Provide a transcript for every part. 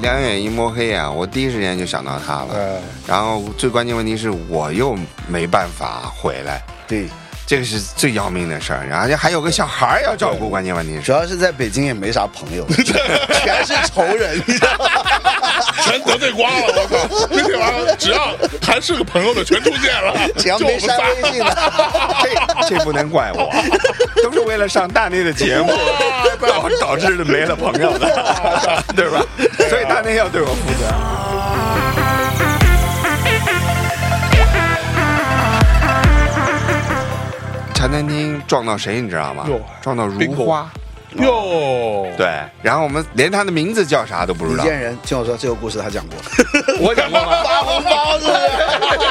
宁波黑啊，我第一时间就想到他了。嗯，然后最关键问题是我又没办法回来，对，这个是最要命的事儿，而且还有个小孩儿要照顾，关键问题主是。要是在北京也没啥朋友，全是仇人，你知道吗？全得罪光了，我靠！这这玩意儿，只要谈是个朋友的全出现了， 只要就我没们删微仨。信的，这这不能怪我，都是为了上大内的节目，导导致的没了朋友的，对吧？所以大内要对我负责。茶餐厅撞到谁你知道吗哟？撞到如 Bingo 花，哟，对，然后我们连他的名字叫啥都不知李道。健人，听我说这个故事他讲过，我讲过吗？发红包是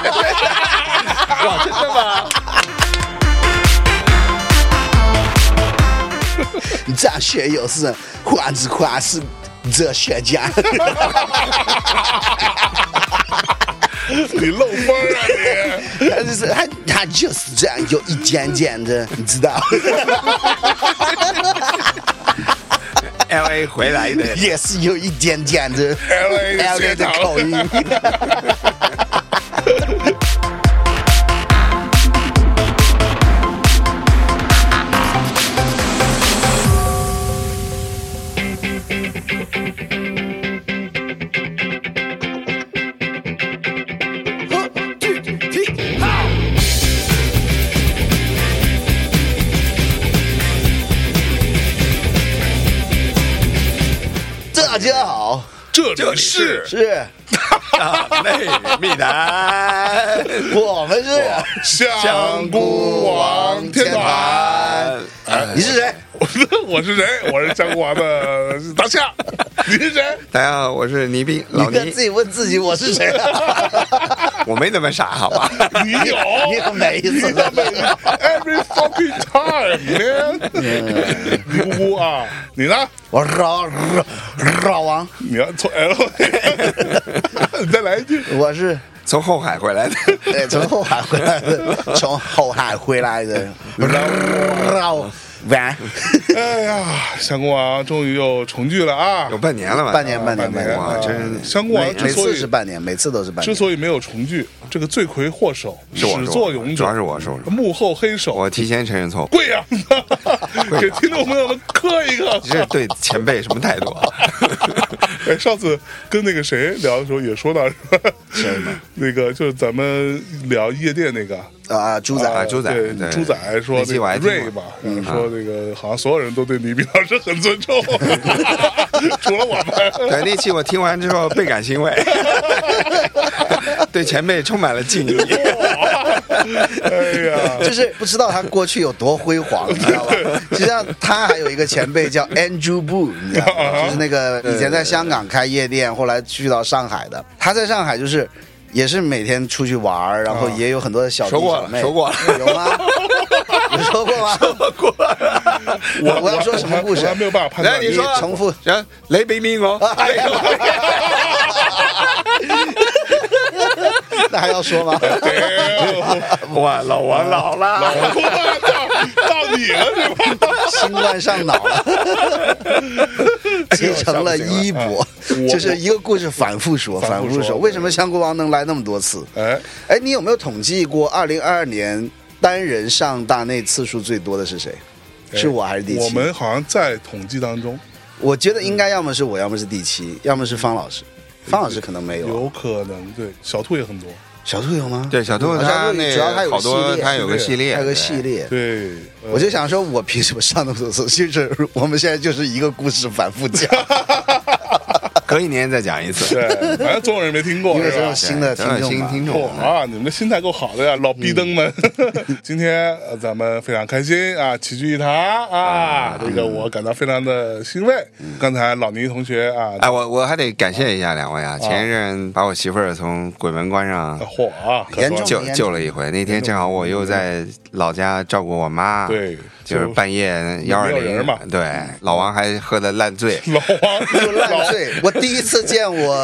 不 是？哇，真的吗？战学有术，换之夸是哲学家。 你漏风啊你！他就是他，他就是这样，有一点点的，你知道， L A 回来的， 也是有一点点的 LA 的 LA 的口音。 大家好，这里是是大啊内密谈，我们是，香菇王天团。 你是谁？我我是谁？我是香菇王的大象。你是谁？大家好，我是倪斌，老你跟倪自，己问自己我是谁、我没那么傻，好吧？ 你有？ 你很没意思。 Every fucking time，man。你姑姑啊，你呢？我老老老王，你要 从 L，你再来一句。我是从后海回来的， 哎从后海回来的，从后海回来的老王，哎呀，香菇王终于又重聚了啊！有半年了吧？半年半年半半年年，哇，真是香菇王每之所次以是半年，每次都是半之年。所以没有重聚，这个罪魁祸首、是我始作俑者，主要是我是我是我幕后黑手我提前承认错误，贵阳， 给听众朋友们磕一个。这是对前辈什么态度啊？ 哎，上次跟那个谁聊的时候也说到，是吧？那个就是咱们聊夜店那个啊，猪啊仔，猪仔对对猪仔说那期我还那听个过嗯啊瑞吧，嗯说那个好像所有人都对倪斌老师很尊重， 除了我们。对，那期我听完之后倍感欣慰， 对前辈充满了 敬意。 哎呀，就是不知道他过去有多辉煌，你知道吧？ 实际上，他还有一个前辈叫 Andrew Boo，你知道吗？就是那个以前在香港开夜店，后来去到上海的。他在上海就是也是每天出去玩儿，然后也有很多的小弟说过小了妹，说过了有吗？你说过吗？我我要说什么故事我还没有办法判来，断。你说啊你重复行，雷冰冰哦，哎那还要说吗？ 哇，老王老了，我哭了，到到你了是吧？新冠上脑了，结成了衣钵，就是一个故事反复说，反反复说复说。为什么香菇王能来那么多次？哎，哎，你有没有统计过二零二二年单人上大内次数最多的是谁？是我还是第七？ 我们好像在统计当中，我觉得应该要么是我，要么是第七，要么是方老师。方老师可能没有，有可能对小兔也很多，小兔有吗？哦对，小兔小他兔那主要他有个好多，系列他有个系列，还有个对系列。对，我就想说，我凭什么上那么多次？就是我们现在就是一个故事反复讲，隔一年再讲一次。对，反正总有人没听过，因为是总吧有？新的对听众新嘛。听嚯众，啊！你们的心态够好的呀，老逼灯们。嗯 今天呃咱们非常开心啊，齐聚一堂啊，这个我感到非常的欣慰。嗯刚才老倪同学啊，哎，我我还得感谢一下两哦位啊！前一阵把我媳妇儿从鬼门关上嚯啊，可严重多了救重点救了一回。那天正好我又在老家照顾我妈，对就是就半夜幺二没有人零嘛，对，老王还喝的烂醉老王烂醉，我第一次见我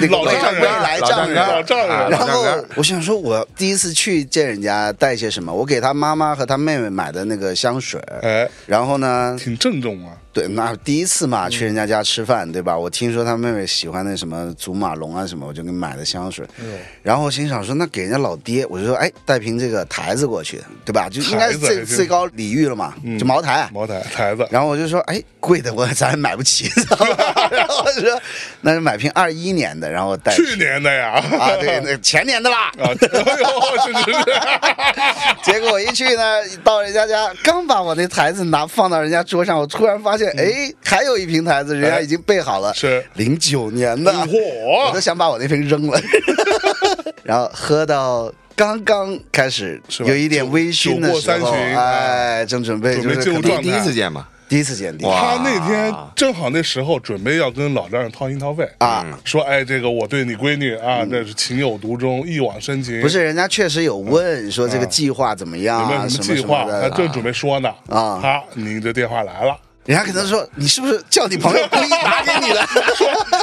那个老未丈人来丈人老丈人啊然老丈后人，我想说，我第一次去见人家带些什么，我给他妈妈和他妹妹买的那个香水儿，哎，然后呢，挺郑重啊，对，那第一次嘛，去人家家吃饭，对吧？我听说他妹妹喜欢那什么祖马龙啊什么，我就给买了香水。哎然后我心想说，那给人家老爹，我就说，哎，带瓶这个台子过去，对吧？就应该是台子最还是嗯最高礼遇了嘛，就茅台。啊茅台台子，然后我就说，哎，贵的我咱买不起， 知道吧？然后我就说，那就买瓶二一年的，然后带去年的呀，啊，对，那前年的啦。 啊，哎呦，是是是，结果我一去呢，到人家家，刚把我那台子拿放到人家桌上，我突然发现，哎，还有一瓶台子，人家已经备好了，嗯是零九年的，嚯我都想把我那瓶扔 了。然后喝到刚刚开始是吧有一点微醺的酒过时三候，巡哎，正准备就准备是进入第可状能第态一次见 嘛，第一次见第一次哇他那天正好那时候准备要跟老丈人掏心掏肺啊，嗯说哎，这个我对你闺女啊，那是情有独钟，一往深情，不是人家确实有问说这个计划怎么样嗯有没有啊，什什么计什么划？呃他的，正准备说呢，啊他您这电话来了，人家可能说你是不是叫你朋友故意打给你的？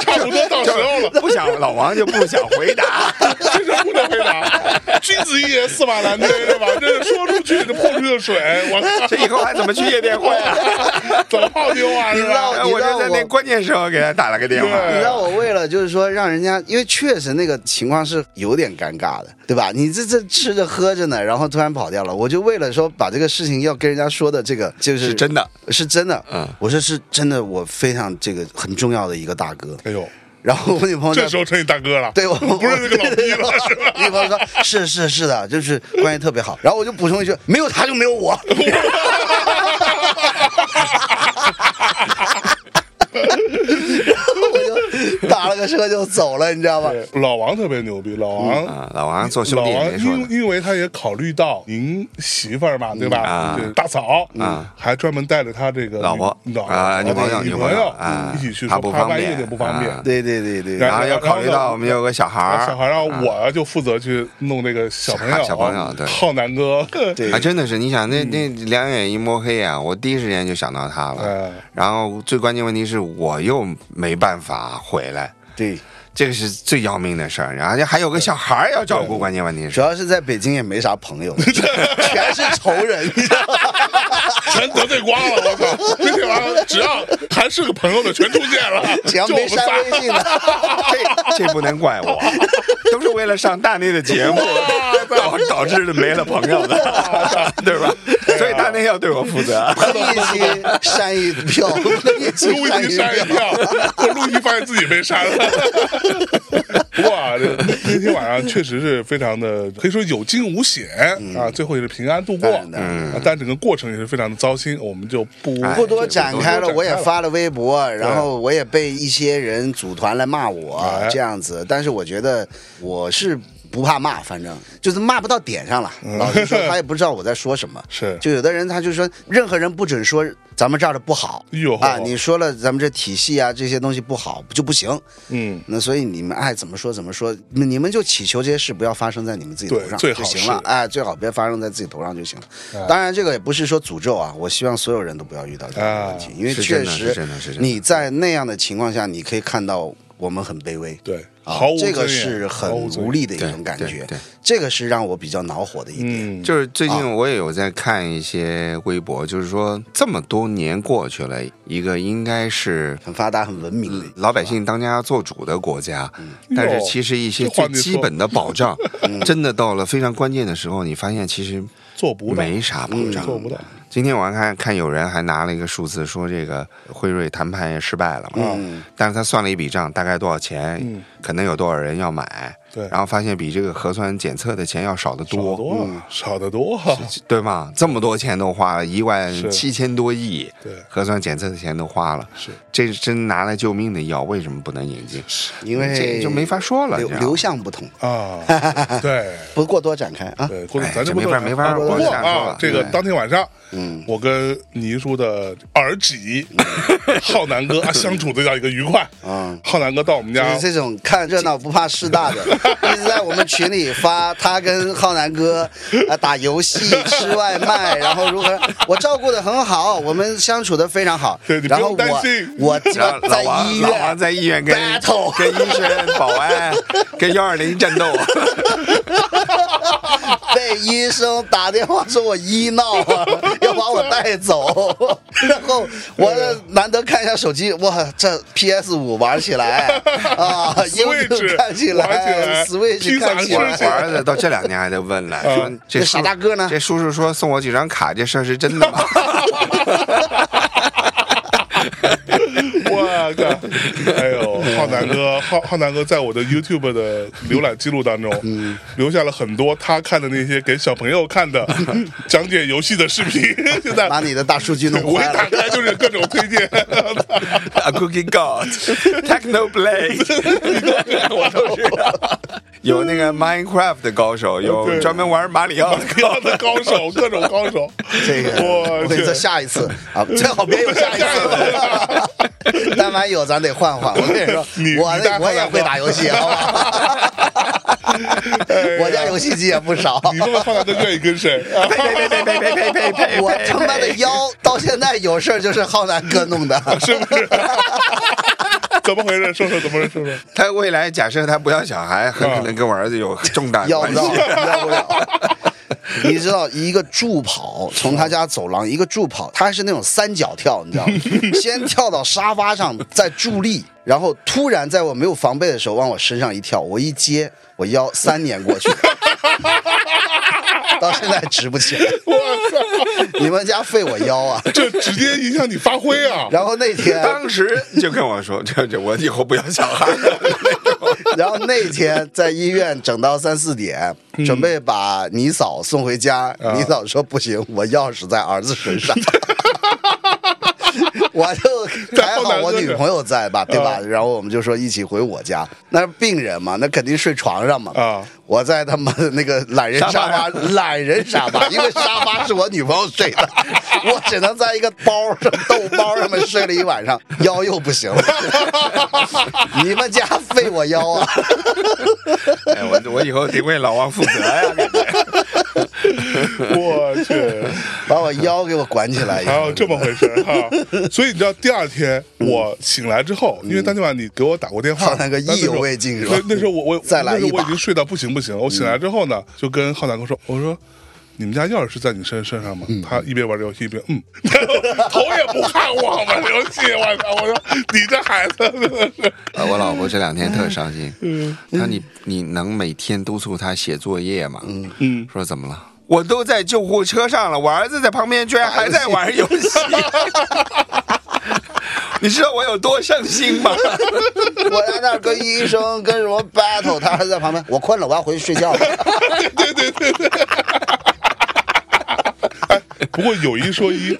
差不多到时候了，不想老王就不想回答，这是不能回答。君子一言，驷马难追，是吧？这是说出去这泼出去的水，我 这以后还怎么去夜店会啊？ 哎操，怎么泡妞啊？是你知道吧？我就在那关键时候给他打了个电话，你知道我为了就是说让人家，因为确实那个情况是有点尴尬的，对吧？你这这吃着喝着呢，然后突然跑掉了，我就为了说把这个事情要跟人家说的这个就是是真的，是真的，嗯我说是真的，我非常这个很重要的一个大哥，哎呦，然后我女朋友在这时候成你大哥了，对我不是那个老逼了，是吧？女朋友说：“是是是的，就是关系特别好。”然后我就补充一句：“没有他就没有我。然后我就打了个车就走了，你知道吧？啊老王特别牛逼，老王啊，老王做兄老弟王没说因呢，因为他也考虑到您媳妇儿嘛，对吧？啊对大嫂嗯啊，还专门带着他这个老婆女老啊女朋友女女朋友友嗯啊一起去，怕说不怕方万一便有点不方便啊。对对对对，然后要考虑到我们有个小孩啊小儿。啊孩让我就负责去弄这个小朋友，小朋友对浩南哥， 对啊，真的是，你想那那两眼一摸黑啊，我第一时间就想到他了嗯。然后最关键问题是我又没办法回来，对，这个是最要命的事儿。然后还有个小孩儿要照顾，关键问题主是，要是在北京也没啥朋友，全是仇人，你知道吗？全得罪光了，我操！这这玩意儿只要还是个朋友的，全出现 了，只要就我没们删仨。微信 的，这这不能怪我，都是为了上大内的节目，导导致的没了朋友的，对吧？所以大内要对我负责。和你一起删一票，和你一起录删一期一删一票。跳，我录一发现自己被删 了。不过啊，这那天晚上确实是非常的，可以说有惊无险啊，最后也是平安度当过。然当然哎啊但整个过程也是非常的糟心，我们就不不多展开不多展开了，了我也发了微博，然后我也被一些人组团来骂我哎这样子，但是我觉得我是。不怕骂，反正就是骂不到点上了。老实说，他也不知道我在说什么。嗯 是就有的人他就说，任何人不准说咱们这儿的不好哟啊，你说了咱们这体系啊这些东西不好就不行。嗯，那所以你们爱怎么说怎么说，你们就祈求这些事不要发生在你们自己头对上最就好行了是。哎，最好别发生在自己头上就行哎了。当然，这个也不是说诅咒啊，我希望所有人都不要遇到这样的问题啊，因为是确真的实是真的是真的你在那样的情况下，你可以看到我们很卑微。对，啊毫无这个尊严是很毫无尊无严力的一对种感对觉对，这个是让我比较恼火的一点。嗯，就是最近我也有在看一些微博，就是说这么多年过去了，一个应该是很发达、很文明的，老百姓当家做主的国家，但嗯哟是其实一些这话最你说嗯基本的保 障，真的到了非常关键的时候，你发现其实做不到，没嗯啥保障。做不到。今天我还看看有人还拿了一个数字说这个辉瑞谈判也失败了嘛，嗯但是他算了一笔账，大概多少钱，嗯可能有多少人要买，对然后发现比这个核酸检测的钱要少得少啊多，得多啊，少得多啊。对吗？这么多钱都花了，一万是七千多亿，对核酸检测的钱都花了，是这是真拿来救命的药，为什么不能引进？因为嗯这就没法说了，流你知道吗流向不同，啊，对不过多展开啊。对，或者哎咱这不没法能没法不往过下说啊了，这个对当天晚上，嗯，我跟倪叔的儿媳浩南哥啊相处的叫一个愉快嗯浩南哥到我们就家是。这种看热闹不怕事大 的，一直在我们群里发他跟浩南哥啊打游戏、吃外卖，然后如何我照顾的很好，我们相处的非常好对你。不然后用担我心我 鸡然后巴老在王医老王院，在医院跟 battle 跟医生、保安、跟幺二零战 斗， 被医生打电话说我医闹啊，要把我带走，然后我难得看一下手机，哇，这 PS 五玩起来啊 Switch ，YouTube 看起玩起来来，Switch 披萨看起来吃起我，儿子到这两年还在问 来，说这这傻叔大个呢这叔叔说送我几张卡，这事儿是真的 吗？我靠！哎呦，浩南哥，浩浩南哥在我的 YouTube 的浏览记录当中，留下了很多他看的那些给小朋友看的讲解游戏的视频。现 在把你的大数据弄我一坏打了。开就是各种推荐，啊，Cookie God，Techno Blade，我都知道。有那个 Minecraft 的高手，有对专门玩马里奥的各样的高手，各种高手。这个，我我跟你说，去，下一 次啊，最好别有下一 次。但凡有，咱得换换。我跟你说你，我你大我也换会打游戏，好 吧？哎我家游戏机也不少。 你问问浩南哥愿意跟谁？ 啊呸呸呸呸呸呸呸呸！我他妈的腰到现在有事儿就是浩南哥弄的，是不是？怎么回事？说说怎么回事？说说。他未来假设他不要小孩，很可能跟我儿子有重大的要关不系到，。 要不了。你知道一个助跑从他家走廊一个助跑，他还是那种三脚跳，你知道吗？先跳到沙发上，再助力，然后突然在我没有防备的时候往我身上一跳，我一接，我腰三年过去， 到现在直不起来。我操！你们家废我腰啊！ 这直接影响你发挥啊！然后那天当时就跟我说，这这我以后不要小孩。 然后那天在医院整到三四点，准备把你嫂送回家，你嫂说不行，我钥匙在儿子身上。 我就在还后好台，我蹲女着朋友在吧，对吧？然后我们就说一起回我家。那是病人嘛，那肯定睡床上嘛。啊我在他妈的那个懒人 沙沙发发， 懒人沙发，因为沙发是我女朋友 睡的，我只能在一个包上豆包上面睡了一晚上，腰又不行了。 你们家废我腰啊！ 哎，我我以后得为老王负责呀！感觉我去，把我腰给我管起来一还有下。这么回事儿哈、所以你知道，第二天我醒来之后，因为当天晚上你给我打过电话浩，南哥那时候意犹未尽是吧那那时候我我再来那时候一把嗯我已经睡到不行不行了。我醒来之后呢，就跟浩南哥说，我说。你们家钥匙是在你身身上吗？嗯他一边玩游戏一边嗯， 然后头也不看我玩游戏，我操！我说你这孩子真的是， 啊我老婆这两天特伤心，她说你你能每天督促她写作业吗？嗯，说怎么了？我都在救护车上了，我儿子在旁边居然还在玩游戏， 你知道我有多伤心吗？我在那儿跟医生跟什么 battle，他还在旁边，我困了，我要回去睡觉了。 不过有一说 一，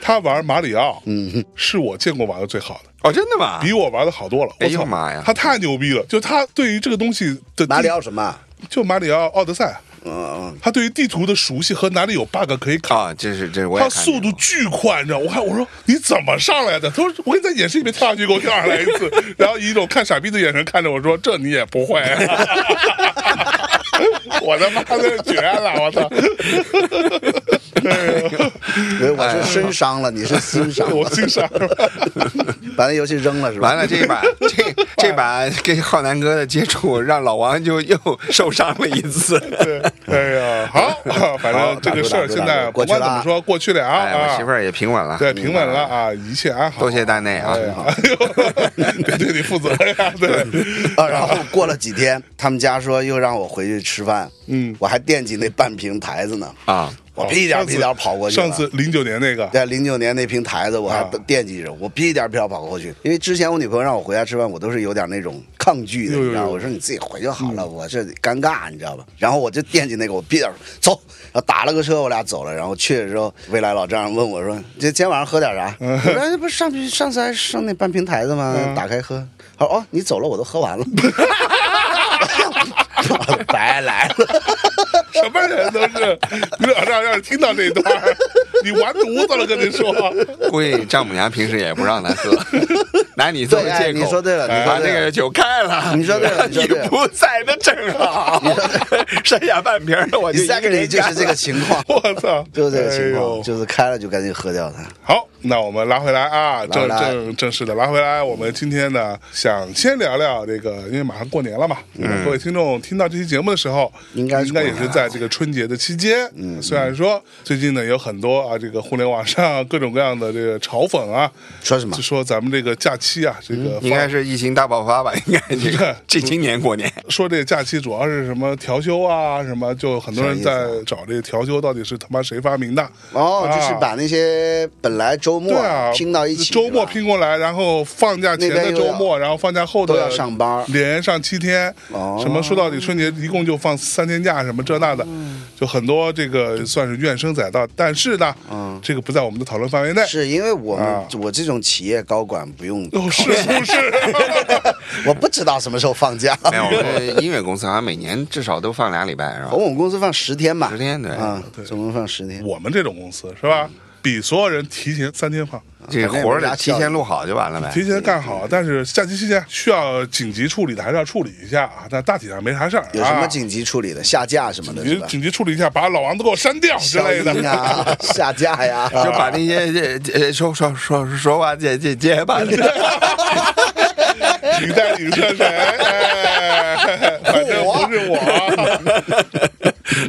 他玩马里奥，嗯，是我见过玩的最好的， 哦，真的吗？啊比我玩的好多了。哎我呦操妈呀他太牛逼了！就他对于这个东西的地马里奥什么啊？就马里奥奥德赛，嗯，他对于地图的熟悉和哪里有 bug 可以卡，啊，这是这是我也他看见速度巨快，你知道？我看我说你怎么上来的？他说我给你再演示一遍，跳下去给我跳下来一次， 然后以一种看傻逼的眼神看着我说这你也不会、 我他妈的绝了！我 操！ 嗯因为我是身伤了，你是心伤，我欣赏。把那游戏扔了是吧？哎完了这一把，这这把跟浩南哥的接触，让老王就又受伤了一次。对，哎呀，好，反正这个事儿现 在不啊管怎么说，过去了哎，啊，我媳妇儿也平稳了，对平稳了，啊，一切安好。多谢大内啊哎！呀，得 对你负责 呀，对，啊，然后过了几天，他们家说又让我回去吃饭，嗯我还惦记那半瓶台子呢，啊，我屁颠儿屁颠儿跑过去了上次零九年那个，在零九年那瓶台子，我还啊惦记着，我屁颠儿屁颠儿跑过去，因为之前我女朋友让我回家吃饭，我都是有点那种抗拒的，有有你知道吗，有嗯我说你自己回就好了，我这尴尬，你知道吧？然后我就惦记那个，我屁颠儿走，然后打了个车，我俩走了，然后去的时候，未来老丈人问我说：“这今天晚上喝点啥？”嗯我说：“哎不是上去上次还剩那半瓶台子吗？打开喝。”他说：“哦，你走了，我都喝 完了。”白来了，什么人都是，你老让让人听到这一段 儿，你完犊子了，跟你说，，估计丈母娘平时也不让他喝，拿你作为对哎借口，你说对了你说把对那了个酒开了，你说对了你说对了不在那正 好，剩下半瓶儿我就一个 exactly 人就是干这了个情况我操，就是这个情哎况，呦就是开了就赶紧喝掉它。好，那我们拉回来啊，拉回正来正正式的拉回来。我们今天呢，想先聊聊这个，因为马上过年了嘛，各位听众听到这期节目的时候，嗯应该是应该也过是年了在这个春节的期间。嗯，虽然说最近呢有很多啊，这个互联网上各种各样的这个嘲讽啊，说什么就？说咱们这个假期啊，这嗯个应该是疫情大爆发吧？应该这 个这今年过年，说这个假期主要是什么调休啊，什么就很多人啥意在思找这个调休到底是他妈谁发明的？哦，就是啊把那些本来周末对啊，拼到一起，周末是吧拼过来，然后放假前那边的又要周末，然后放假后的都要上班连上七天。哦什么说到底，春节一共就放三天假，什么这那的，嗯就很多这个算是怨声载道。但是呢，这个不在我们的讨论范围内。嗯是因为我们、啊我这种企业高管不用，哦，是 不是？我不知道什么时候放 假。没有，我们音乐公司好像每年至少都放俩礼拜，是 吧我？们公司放十天吧，十天对啊，总共放十天。我们这种公司是吧？嗯比所有人提前三天放，这活儿得提前录好就完了呗。提前干好。但是假期期间需要紧急处理的，还是要处理一下啊。但大体上没啥事儿啊。有什么紧急处理的？下架什么的，是你吧？紧急处理一下，把老王都给我删掉之消类的音。啊， 下架呀，就把那些这这说说说说话结结结 巴的，你带你是谁？哎，反正不是我。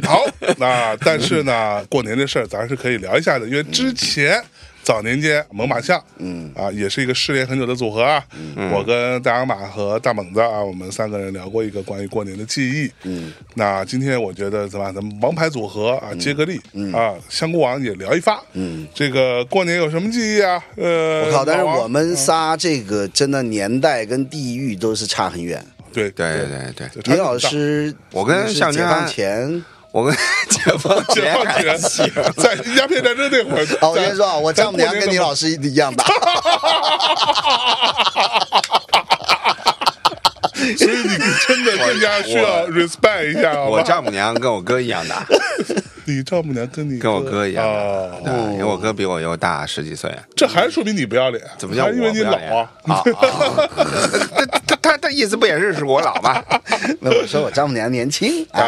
好，那但是呢，过年这事儿咱是可以聊一下的，因为之前。早年间，猛犸象，嗯啊，也是一个失联很久的组合啊。嗯我跟大洋马和大猛子啊，我们三个人聊过一个关于过年的记忆。嗯，那今天我觉得怎么样咱们王牌组合啊，接个力、嗯啊，香菇王也聊一发。嗯，这个过年有什么记忆啊？呃，我靠！但是老王我们仨这个真的年代跟地域都是差很远。对对对对，对李老师，我跟是向解军放还前。我 跟解放解前放还前行，在鸦片战争那会儿， 哦，我跟你说啊，我丈母娘跟李老师，师一样大，所以你 真的更加需要 respect 一下好吧我丈母娘跟我哥一样 大，你丈母娘跟你跟我哥一样哦大，对因为我哥比我又大十几岁。这还是说明你不要脸，怎么叫我还是因为不你要老脸啊啊？？啊他他他他意思不也是是我老 吗？那我说我丈母娘年轻啊，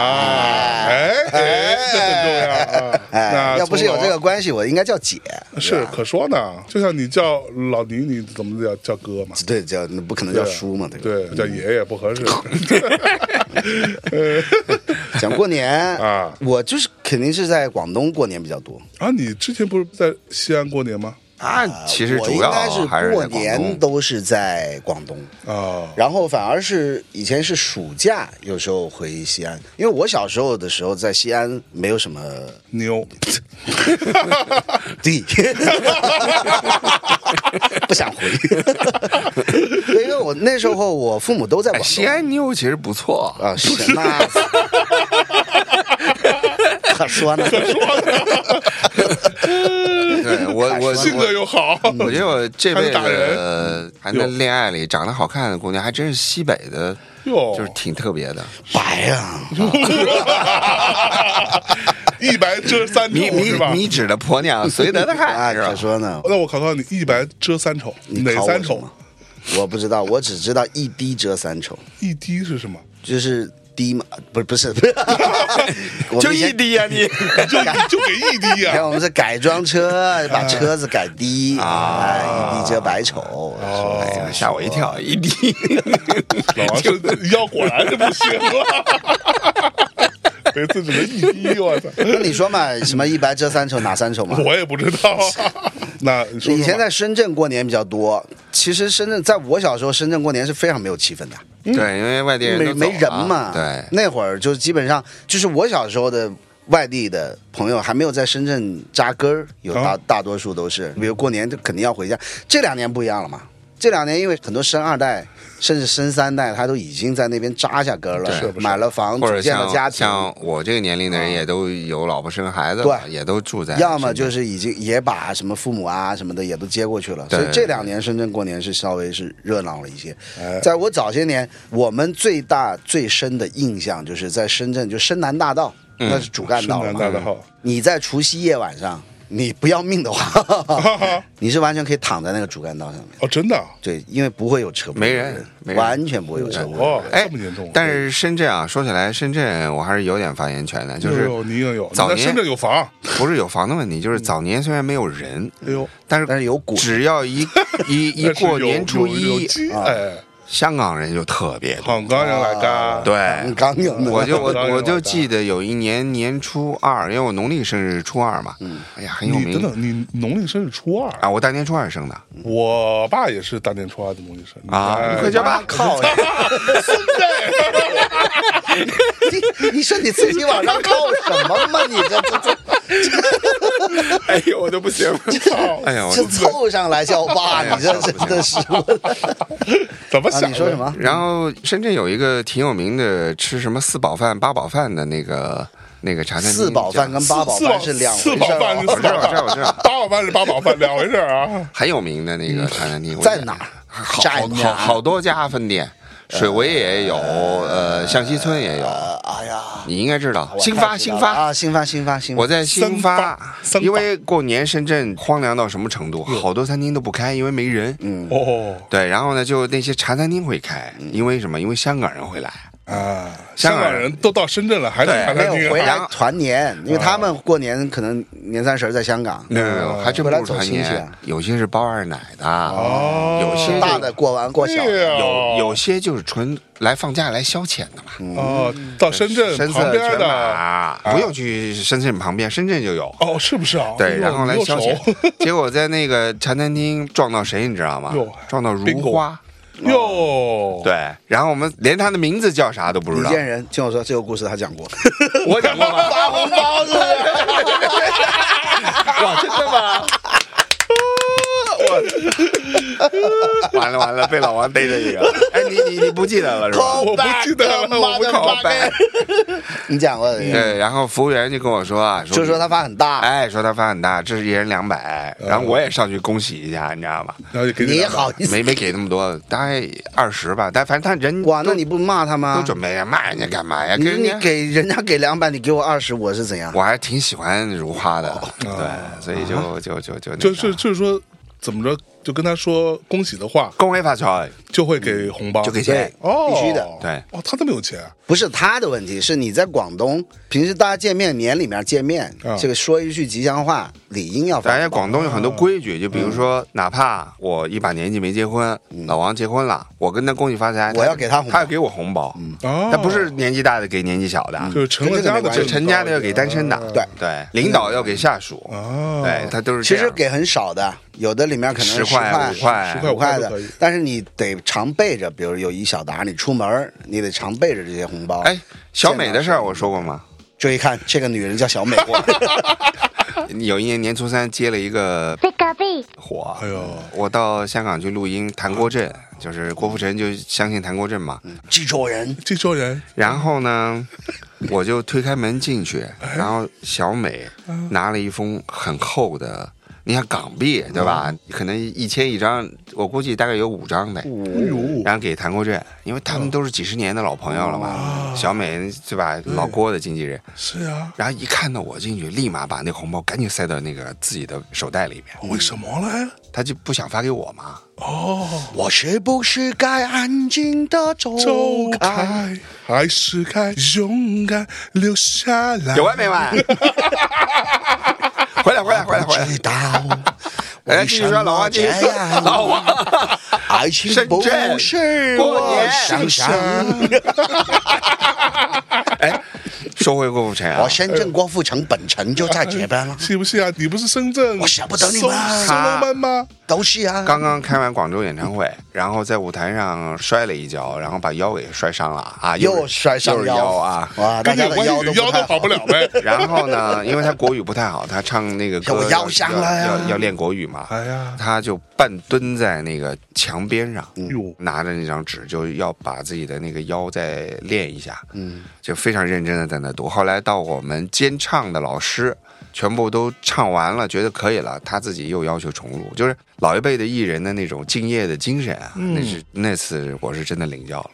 哎哎，这很重要啊！哎那，啊要不是有这个啊关系，我应该叫姐。个，是可说呢。就像你叫老倪，你怎么叫叫哥嘛？对，叫那不可能叫叔嘛，对吧？嗯对，叫爷爷不 合适。讲过年啊我就是肯定是在广东过年比较多。啊，你之前不是在西安过年吗？他啊其实主要我应还该是过在广年东。都是在广东，啊，然后反而是以前是暑假，有时候回西安，因为我小时候的时候在西安没有什么 妞，地， 不想回，因为我那时候我父母都在哎广东。西安妞其实不 错，啊，是那可说呢，对我我性格又好，嗯我觉得我这还辈是打人子呃谈的恋爱里长得好看的姑娘，还真是西北的，哟，就是挺特别的，白啊呀、 一白遮三米丑米是吧？米脂的婆娘，绥德的 啊，汉是可吧？说呢，那我考考你，一白遮三丑，你哪考我三什丑么？我不知道，我只知道一滴遮三丑，一滴是什么？就是滴嘛，不是不是 不是，我们就以前异。地呀 你，就 就给一滴你看，啊！我 们是改装车，把车子改低，啊哎，一滴遮百丑。我哎呀吓我一跳，异地。老王是腰果然是不行了， 每次只能一滴，我操！ 说那你说嘛，什么一白遮三丑，哪三丑嘛？我也不知道啊。 那你说说吧以前在深圳过年比较多，其实深圳在我小时候，深圳过年是非常没有气氛的。对，因为外地人嗯没都没走人了啊嘛。对，那会儿就基本上就是我小时候的外地的朋友还没有在深圳扎根儿，有大、哦啊大多数都是，比如过年就肯定要回家。这两年不一样了嘛，这两年因为很多生二代。甚至生三代，他都已经在那边扎下根儿对是了不，是买了房，或组者建像了家庭，啊像我这个年龄的人也都有老婆生孩子了，对也都住在深圳，要么就是已经也把什么父母啊什么的也都接过去了，对所以这两年深圳过年是稍微是热闹了一些哎。在我早些年，我们最大最深的印象嗯就是在深圳，就深南大道，那是主干道了深嘛南大道。，你在除夕夜晚上，你不要命的 话你是完全可以躺在那个主干道上面。哦，真的啊，对，因为不会有车，没人没人完全不会有车。哦，哎这么严重，，但是深圳啊，说起来深圳我还是有点发言权的，就哎是呦你也有，你早在年深圳有房，不是有房的问题，就是早年虽然没有人，哎呦，但是但嗯是有股只要 一一一但是过有年初有有一，啊鸡哎，香港人就特别多。杭刚人来干，啊对，啊刚硬 的，我就我当然我就了记得有一年年初二，因为我农历生日是初二嘛，嗯哎呀很有你名等等，你农历生日初二，啊，我大年初二生的嗯我爸也是大年初二的农历生日啊，你哎快叫爸，靠呀！你你说你自己往上靠什么嘛？你这这这哎呦我都不行了，哎 呀我这凑上来 叫哎爸，你这真的是怎么啊！想？你说什？么？然后深圳有一个挺有名的吃什么四宝饭、八宝饭的那个那个茶餐厅，四宝饭叫跟八宝四宝饭是两回四事宝儿饭啊是。四我知宝道我知道我知道饭，八宝饭是八宝饭，两回事儿啊。很有名的那个茶餐厅，我嗯在记得哪儿好在好哪好儿好多家分店，水围也有，呃，向西村也有，呃，哎呀，你应该知道我。新太发知新道了发，啊，新发新发新发。我在新发嗯三发，嗯因为过年深圳荒凉到什么程度，好多餐厅都不开，因为没人。嗯，哦对，然后呢，就那些茶餐厅会开，嗯因为什么？因为香港人会来。啊，香香港人港人都到深圳了，还在对茶没餐厅有啊回来然后团年，因为他们过年可能年三十儿在香港，啊呃没有没嗯有，还真不回来是走团亲戚年啊，有些是包二奶的，啊哦有些大的过完过小的。对啊有有些就是纯来放假来消遣的嘛。哦，到深圳深旁圳边全的啊马不用去深圳旁边，深圳就有。哦，是不是啊？哎对，呦然后来消遣你又熟，结果在那个茶餐厅撞到谁，你知道吗哟？撞到如 bingo 花。哟，对，然后我们连他的名字叫啥都不知李道。健人听我说这个故事他讲过， 我讲过吗？发红包是不是？哇，真的吗？我完了完了，被老王逮着 一个。哎，你你你不记得了是哦吧？我不记得了我不靠背。 你讲过 的，对，然后服务员就跟我说啊，就说他发很大，嗯哎，说他发很大，这是一人两百，然后我也上去恭喜一下，你知道吗？然后就给你两百好意思没没给那么多，大概二十吧，但反正他人哇？都那你不骂他都吗？准备骂人家干嘛呀？你跟人你家给人家给两百，你给我二十，我是怎样？我还挺喜欢如花的，哦对，所以啊就就就就那就个是就是说怎么着，就跟他说恭喜的话，恭喜发财，就会给红包，就给钱。哦，必须的对哦，他这么有钱啊，不是他的问题，是你在广东平时大家见面年里面见面啊，这个说一句吉祥话，理应要发咱。家广东有很多规矩，就比嗯如说，哪怕我一把年纪没结婚，老王结婚了，我跟他恭喜发财，我要给他红包嗯他要给我红包，哦，他不是年纪大的给年纪小的，啊就是成了家的，就陈家的要啊给单身的，对对，领导要给下属，哦，对他都是其这实样给很少的，有的里面可能十块、块五块十五块五块都可的以，但是你得常备着，比如有一小沓，你出门儿你得常备着这些红包。哎，小美的事儿我说过吗？注意看，这个女人叫小美， 有一年年初三接了一个 Pick B. 火，哎呦，我到香港去录音，谭国振就是郭富城就相信谭国振嘛，记住人，这说人然后呢，我就推开门进去，然后小美拿了一封很厚的，你看港币对吧？可能一千一张，我估计大概有五张得。然后给谭国振，因为他们都是几十年的老朋友了嘛，小美嗯对吧？老郭的经纪人，是啊，然后一看到我进去，立马把那红包赶紧塞到那个自己的手袋里面，为什么嘞？他就不想发给我嘛。我是不是该安静的走走开？开，还是该勇敢留下来。有完没 完？回来回来回来回来知！道哎，为继什续说老么王，继这续说样？老王。爱情深不圳是过我年想象。哎，说回郭富城啊我，深圳郭富城本城就在这边了，是不是啊？你不是深圳，我舍不得你们啊松浪漫吗？都是啊。刚刚开完广州演唱会，然后在舞台上摔了一跤，然后把腰给摔伤了啊，又摔又伤是腰啊。哇，大跟你家有的关腰系，都腰不都太好不了呗。然后呢， 因为他国语不太好，他唱那个歌有腰伤了呀要要要练国语嘛，哎呀，他就半蹲在那个墙边上，嗯哟，拿着那张纸就要把自己的那个腰再练一下，嗯，就非常认真的在那读。后来到我们监唱的老师，全部都唱完了，觉得可以了，他自己又要求重录，就是老一辈的艺人的那种敬业的精神啊，那是那次我是真的领教了，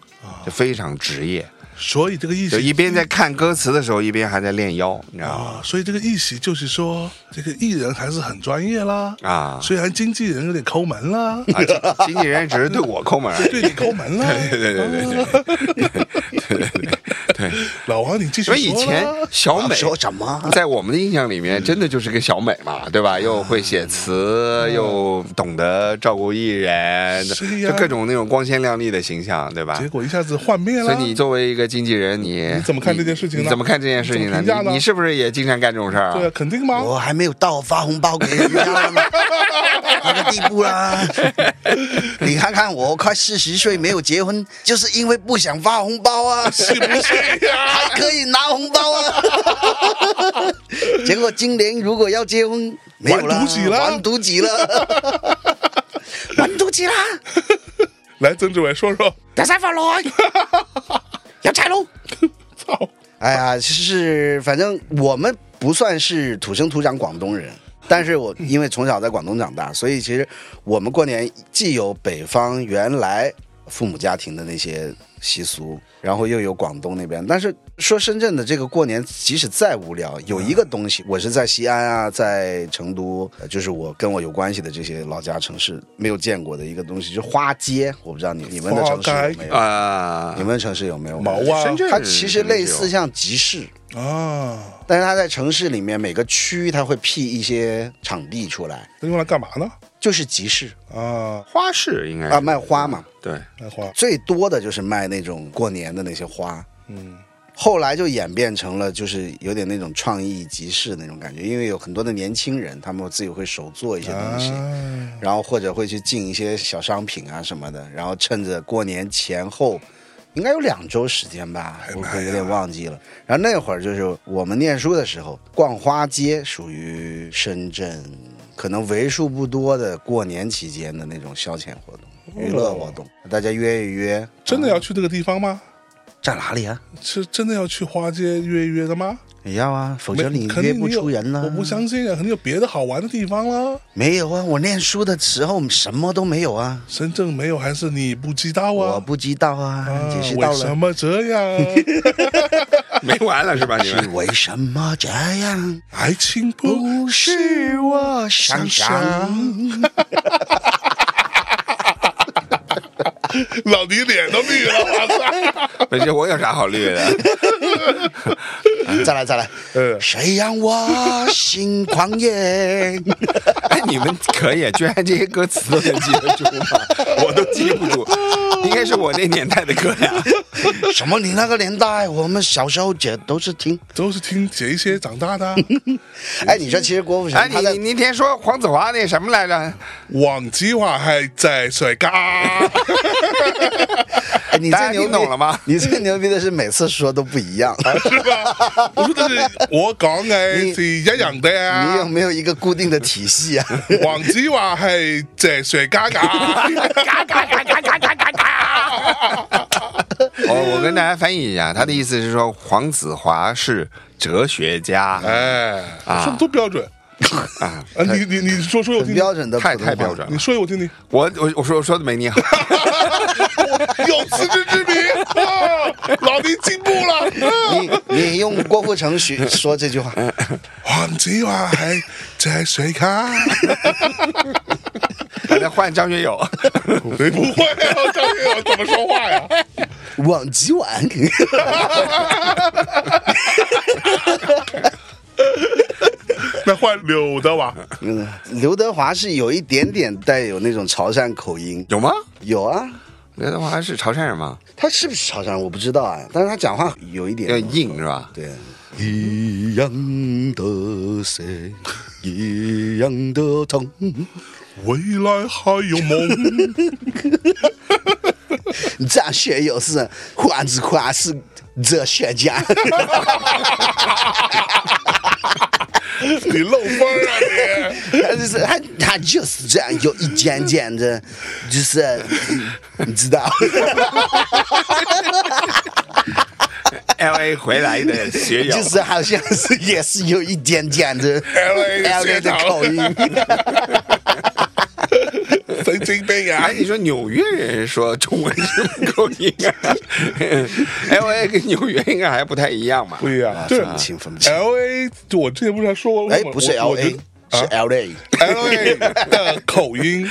就非常职业。所以这个一就席一边在看歌词的时候，一边还在练腰，你知道吗？啊，所以这个一席就是说，这个艺人还是很专业啦啊虽然经纪人有点抠门啦，啊，经经纪人只是对我抠门 而已。对你抠门啦，对对对对对对对对对。老王你继续所说啦。以以前小美说什啊么？ 在我们的印象里嗯面，真的就是个小美嘛，对吧？又会写词，又懂得照顾艺人，嗯是呀就各种那种光鲜亮丽的形象，对吧结？果一下子幻灭啊所了，以你作为一个经纪人，你你怎么看这件事情呢你怎么看这件事情呢？你怎么评价呢你你是不是也经常干这种事儿对啊啊？肯定吗？我还没有到发红包给人家了吗 那个地步啦。 你看看我快四十岁没有结婚，就是因为不想发红包啊，是不是呀？还可以拿红包啊。 结果今年如果要结婚，没有完犊子了完犊子了， 完犊子啦，来，曾志伟说说，打三 发来，要拆喽。操，哎呀，是反正我们不算是土生土长广东人，但是 我因为从小在广东长大，所以其实我们过年既有北方原来父母家庭的那些习俗，然后又有广东那边。但是说深圳的这个过年，即使再无聊，有一个嗯东西，我是在西安啊，在成都，呃就是我跟我有关系的这些老家城市没有见过的一个东西，就是花街。我不知道你你们的城市有没有？啊你，们的城市有没有？毛啊深圳它其实类肯定是有似像集市。啊，但是它在城市里面每个区，它会辟一些场地出来，那用来干嘛呢？就是集市啊，花市应该是啊，卖花嘛，哎对，卖花，最多的就是卖那种过年的那些花。嗯，后来就演变成了，就是有点那种创意集市那种感觉，因为有很多的年轻人，他们自己会手做一些东西，啊，然后或者会去进一些小商品啊什么的，然后趁着过年前后，应该有两周时间吧，我妈我呀有点忘记了。然后那会儿就是我们念书的时候，逛花街属于深圳可能为数不多的过年期间的那种消遣活动、娱乐活动，大家约一约。真的要去这个地方吗？在哪里啊？是真的要去花街约一约的吗？也要啊，否则没你肯约定你不有出人呢、我不相信啊，肯定有别的好玩的地方啦。没有啊，我念书的时候什么都没有啊，深圳没有，还是你不知道我啊？不知道啊，啊只是到为了什么这 样？没完了是吧？你是们为什么这样？爱情不不是我想象。老李脸都绿了，我操！不是我有啥好绿 的？ 再来再来，嗯谁让我心狂野？哎，你们可以，居然这些歌词都能记得住吗？我都记不住，应该是我那年代的歌呀。什么？你那个年代，我们小时候姐都是听。 都是听这些长大的啊，哎，你说其实郭富城嗯哎，他在你你那天说黄子华那什么来着？忘记话还在甩嘎。哎你大家最牛逼听懂了吗你最牛逼的是每次说都不一样。是吧？ 我说的是我講嘅是一樣的你有啊，没有一个固定的體系啊？黃子華係謝雪嘉 㗎，我哦我跟大家翻译一下，他的意思是说黄子华是哲学家，哎，说得多標準啊啊！你你你说说我很聽聽，标准的嗯太普通话太标准了你说我聽聽，我我我说我说的没你好， 有自知之明 啊！老弟進步啦！你你用郭富城学说这句话，嗯黃子華係謝雪嘉，把他换张学友，你不會啊？張學友怎麼說話呀？往极晚。 那換劉德華，嗯，刘德华是有一点点带有那种潮汕口音，有吗？有啊，刘德华是潮汕人吗？他是不是潮汕人我不知道啊，但是他讲话有一要点硬是吧？对。一样的血，一样的痛。未來還有夢。张学友是黄子华是哲学家， 你漏风啊你！他就是他他就是这样，有一点点的，就是你知道， L A 回来的学友， 就是好像是也是有一点点的 LA 的 LA 的口音。神经病啊哎，！你说纽约人说中文是不是口音啊 ？L A 跟纽约应该还不太一样吧？不一样，就是分不清分不清 L A，就我之前不是还说过，哎我，不是我 L 我 A，觉得是啊 L A。 L A 的口音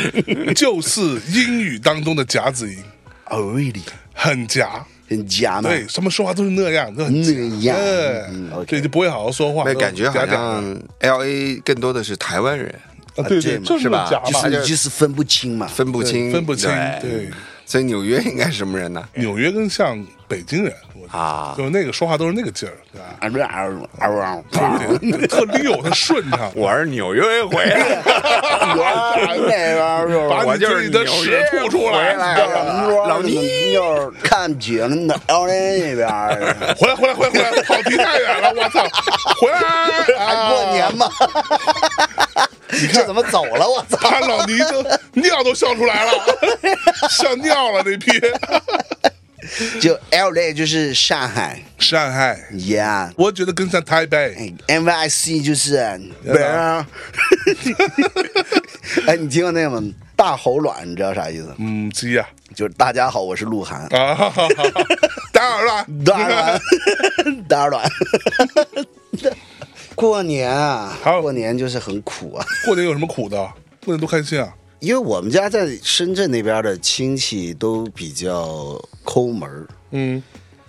就是英语当中的夹子音， Oh really？很夹。很假嘛？对，他们说话都是那样，都很夹哎那样对嗯，OK 对，就不会好好说话，那都感觉好夹夹的像 L A 更多的是台湾人，啊对这对，嘛就是那么吧夹哎就嘛他是就你就是分不清嘛。分不清，分不清对对，所以纽约应该是什么人呢？纽约更像北京人，我觉得啊。就是那个说话都是那个劲儿，对吧？ 啊不是啊啊啊！对对对特溜，他顺畅 我是纽约回 来的，把我你就自是己的纽屎约吐出回来，来你知道吗老你就是看景的 L A 那边儿，回来回来回来回来，跑题太远了，我操！回来还啊！过年吗？这怎么走了？我操！把老倪都尿都笑出来了，笑尿了那批。就 L A 就是上海 上海，哎，Yeah。我觉得更像台北。 NYC 就是北儿，哎，你听过那个吗？大吼卵，你知道啥意思？吗？嗯，鸡呀就是大家好，我是鹿 晗，啊，哈哈哈哈当然了，大 卵，大卵。 过年啊，好过年就是很苦啊，过年有什么苦的？过年多开心啊！因为我们家在深圳那边的亲戚都比较抠门儿，嗯，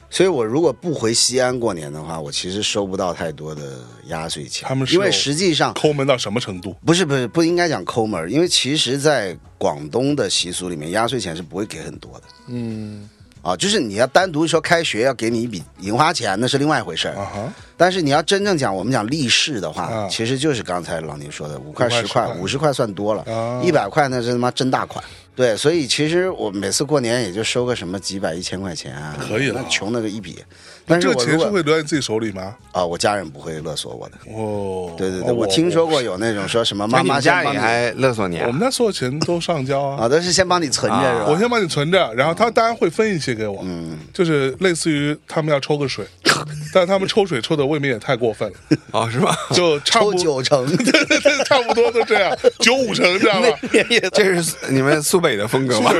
所以我如果不回西安过年的话，我其实收不到太多的压岁钱。他们是因为有实际上啊抠门到什么程度？不是不是不应该讲抠门儿，因为其实，在广东的习俗里面，压岁钱是不会给很多的。嗯，啊，就是你要单独说开学要给你一笔零花钱，那是另外一回事儿。啊哈，但是你要真正讲我们讲立式的话，啊其实就是刚才老宁说的五块五十块块十块，五十块算多了啊，一百、块那是他妈真大款。对，所以其实我每次过年也就收个什么几百一千块钱啊，可以了那穷那个一笔。但是这个我如钱是果会留在自己手里吗？啊，我家人不会勒索我的。哦，对对哦对，我听说过有那种说什么那妈你妈们先家帮里你还勒索你啊我？们家所有钱都上交 啊。啊，都是先帮你存着是吧？嗯我先把你存着，然后他当然会分一些给我，就是类似于他们要抽个水， 但他们抽水抽的未免也太过 分了，哦， 是吧？就差抽不九成， 对对对，差不多都这样，九五成知 道吧？这是你们苏北的风 格吗？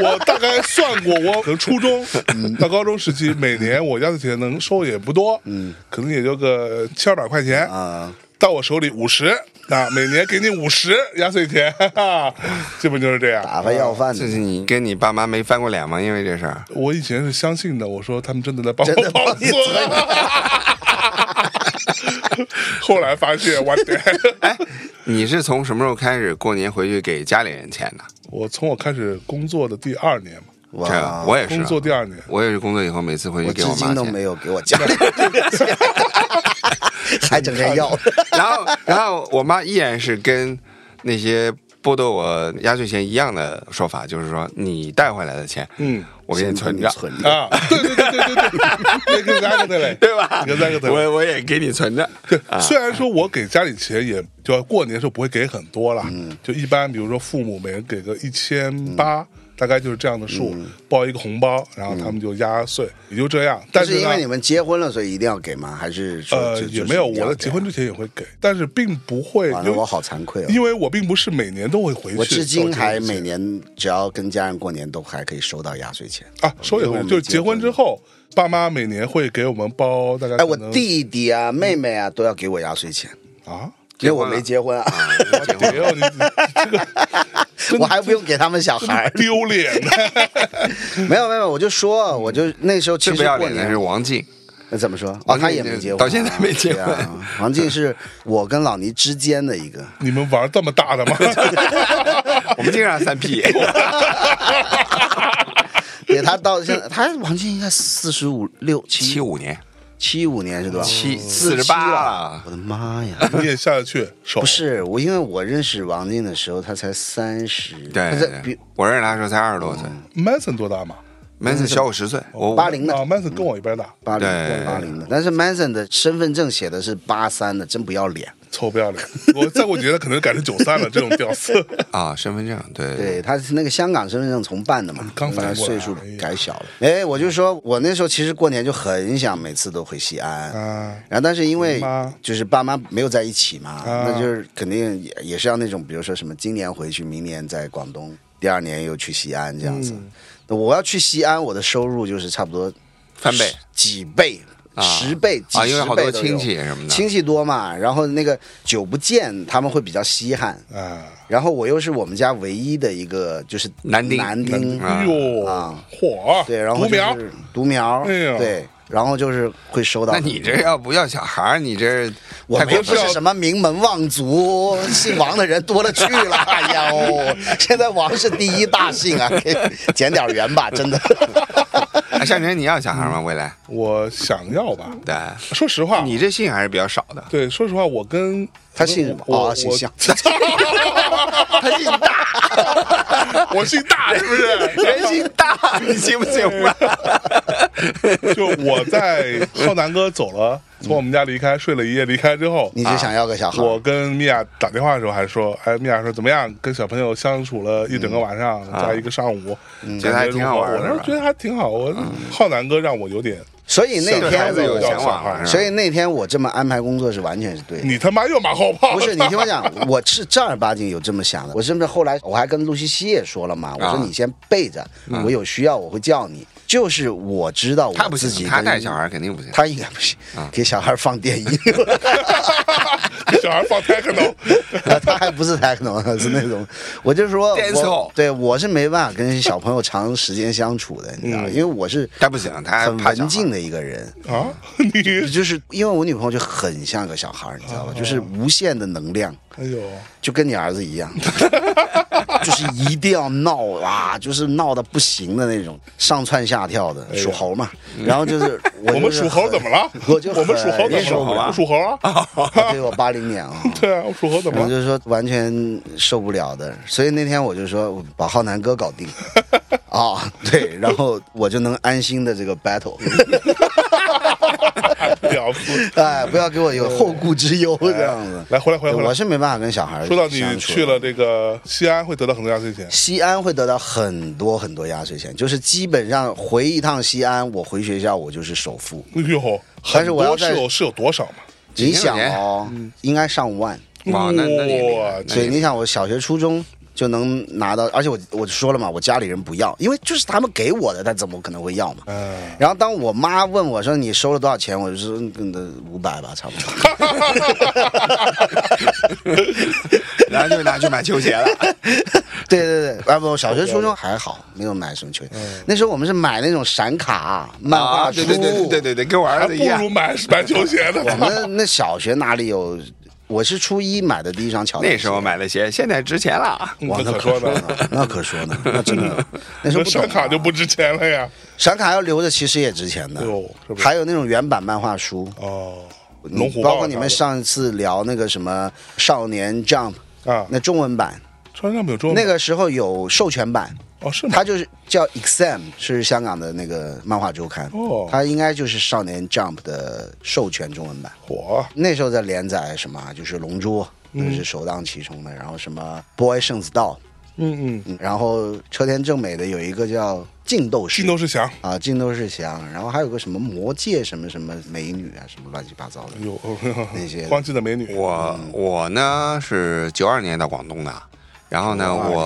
我大概算过，我可能初中嗯到高中时期，每年我压岁钱能收也不多，嗯，可能也就个七二百块钱啊，到我手里五十啊，每年给你五十压岁钱，哈哈，基本就是这样。打发要饭就的。是你跟你爸妈没翻过脸吗？因为这 事儿，我以前是相信的，我说他们真的在帮真的我保帮你存存。后来发现，我天！你是从什么时候开始过年回去给家里人钱的？我从我开始工作的第二年嘛，这哇，我也是工啊，作第二年，我也是工作以后每次回去我给至我妈今都钱没。有给我家里这个钱，还整天要。然后，然后我妈依然是跟那些剥夺我压岁钱一样的说法，就是说你带回来的钱，嗯，我给你存着， 存着，啊，对对对对对对，那个三个的嘞，对吧？那个三个的嘞。我我也给你存着。对，虽然说我给家里钱也，就过年的时候不会给很多啦，就一般，比如说父母每人给个一千八，大概就是这样的数，包一个红包，然后他们就压岁，也就这样。就但是因呢为你们结婚了，所以一定要给吗？还是说呃，就也没有，我在结婚。就之前也会给，但是并不会是一定要给，完因了，为我好惭愧哦。因为我并不是每年都会回去，我至今还每每年只要跟家人过年，都还可以收到压岁钱。啊收也因为会我，们就是结结婚婚之后，爸妈每年会给我们包大概哎，可我能弟弟啊、妹妹啊都要给我压岁钱，啊，因为我结婚了没结婚啊，我结婚你这个我还不用给他们小孩儿。丢脸，啊 没有没有，我就说，我就那时候其最实不要过脸的年是王静， 那怎么说？哦，王他静也没就结婚啊，到现在没结对啊王静是我跟老倪之间的一个， 你们玩这么大 的吗？我们经常三 P。给他到现在，他王静应该四十五六七七五年，七五年是多少？七四48了了。我的妈呀！你也下得去手？不是我，因为我认识王静的时候，他才三十，对他对在对比，嗯我认识他的时候才二十多岁， ，Manson 多大嘛？门是小我十岁，我八零的嗯啊，Manson 跟我一边大，八对零八零的，但是 Manson 的身份证写的是八三的，真不要脸。臭不要脸！我再过几年可能改成九 三了，这种屌丝。啊，身份证，对对，他是那个香港身份证重办的嘛，刚反应过来岁啊数哎呀改小了。哎，我就说，我那时候其实过年就很想每次都回西安，啊然后但是因为妈就是爸妈没有在一起嘛，啊那就是肯定也也是要那种，比如说什么今年回去，明年在广东，第二年又去西安这样子。嗯那我要去西安，我的收入就是差不多翻倍十、几倍、啊十倍、几十啊，倍因为好多都有亲戚什么的，亲戚多嘛，然后那个久不见，他们会比较稀罕。啊！然后我又是我们家唯一的一个就是男丁男丁，啊哎呦，啊嚯！对，然后独就苗是独苗，哎呦对，然后就是会收到。那你这要不要小孩儿，你这我太过们也不分是什么名门 望族，姓王的人多了去了。哎呀哦，现在王是第一大姓啊， 给减点缘吧，真的。了。哎向晨，你要小孩嗯儿吗？未来？我想要吧。对，说实话，你这姓还是比较少的。对，说实话，我跟他姓什么？我哦，姓我 项。他姓大，我姓大， 是不是？人姓 大，你行不行啊吧？就我在浩南哥走了，从我们家离开，睡了一夜，离开之后，你就想要个啊小孩？我跟米娅打电话的时候还说，哎，米娅说怎么样？跟小朋友相处了一整个晚上，加一个上午，感觉得还挺好玩的如是何我吧说觉得还挺好。我浩南哥让我有点，所以那对孩天子有我，想法，所以那天我这么安排工作是完全是对的。你他妈又马后炮。 不是，你听 我讲，我是正儿八经有这么想的。我甚至后来我还跟陆西西也说了嘛，我说啊嗯你先备着，我有需要我会叫你。就是我知道他我不自己行，的，他带小孩儿啊肯定不行。他应该不行，给小孩放 电音， 小孩放 techno，他还不是 techno，是那种，我就说 Dancehall 我，对我是没办法跟小朋友长时间相处的，你知道吗，因为我是嗯他不行他很怕小文孩静的一个人，啊， 你，就是因为我女朋友就很像个小孩儿，你知哦道吧，就是无限的能量。哎呦，就跟你儿子一样， 就是一定要闹啊，就是闹的不行的那种，上蹿下跳的，属猴嘛。然后就是我哎我就们是属猴很怎么了？我就我们属猴很怎属么猴了？啊我属猴 啊，对我八零年啊。 对啊，我属猴怎然么后 了？就说完全受不了的，所以那天我就说我把浩南哥搞定， 啊、对，然后我就能安心的这个 battle，屌丝。哎，不要给我有后顾之忧这样子。来，回来，回来，回来我。是没办法跟小孩儿说到你相处的去了这个西安，会得到很多压岁钱。西安会得到很多很多压岁钱，就是基本上回一趟西安，我回学校我就是首付。哎呦，但是我要很多在是有是有多少嘛？几你千想块钱哦，应该上万，哇，那那你厉害哇那所以你你想我小学、初中就能拿到，而且我我说了嘛，我家里人不要，因为就是他们给我的，他怎么可能会要嘛？嗯，然后当我妈问我说你收了多少钱，我就说嗯五百吧，差不 多。然后就拿去买球鞋了。对对对，啊不，小学、初中还好，没有买什么球鞋。那时候我们是买那种闪卡、漫嗯画啊，书，对对对对对对，跟我还儿不子一样如。买买球鞋呢。我 们那小学哪里有？我是初一买的第一双乔丹鞋，那时候买的鞋，现在值钱了。嗯哇，这那可可说呢，呢，那可说呢，那真 的，那时候那不懂啊闪卡就不值钱了呀。闪卡要留着，其实也值钱的哎呦是不，是还有那种原版漫画书，哦，龙虎豹包括你们上一次聊那个什么《少年 Jump》啊，那中文版，穿上没有中文那个时候有授权版，哦是吗它？就是叫 Exam，是香港的那个漫画周刊哦，它应该就是《少年 Jump》的授权中文版。火啊那时候在连载什么啊，就是《龙珠》，那是首当其冲的，然后什么《Boy 圣子道》，嗯嗯，嗯然后车田正美的有一个叫《劲斗士劲》斗士强。啊，《劲斗士翔》，然后还有个什么魔界什么什么美女啊，什么乱七八糟的哎。呦，那 些光记得美女。我我呢是九二年到广东的，然后呢你到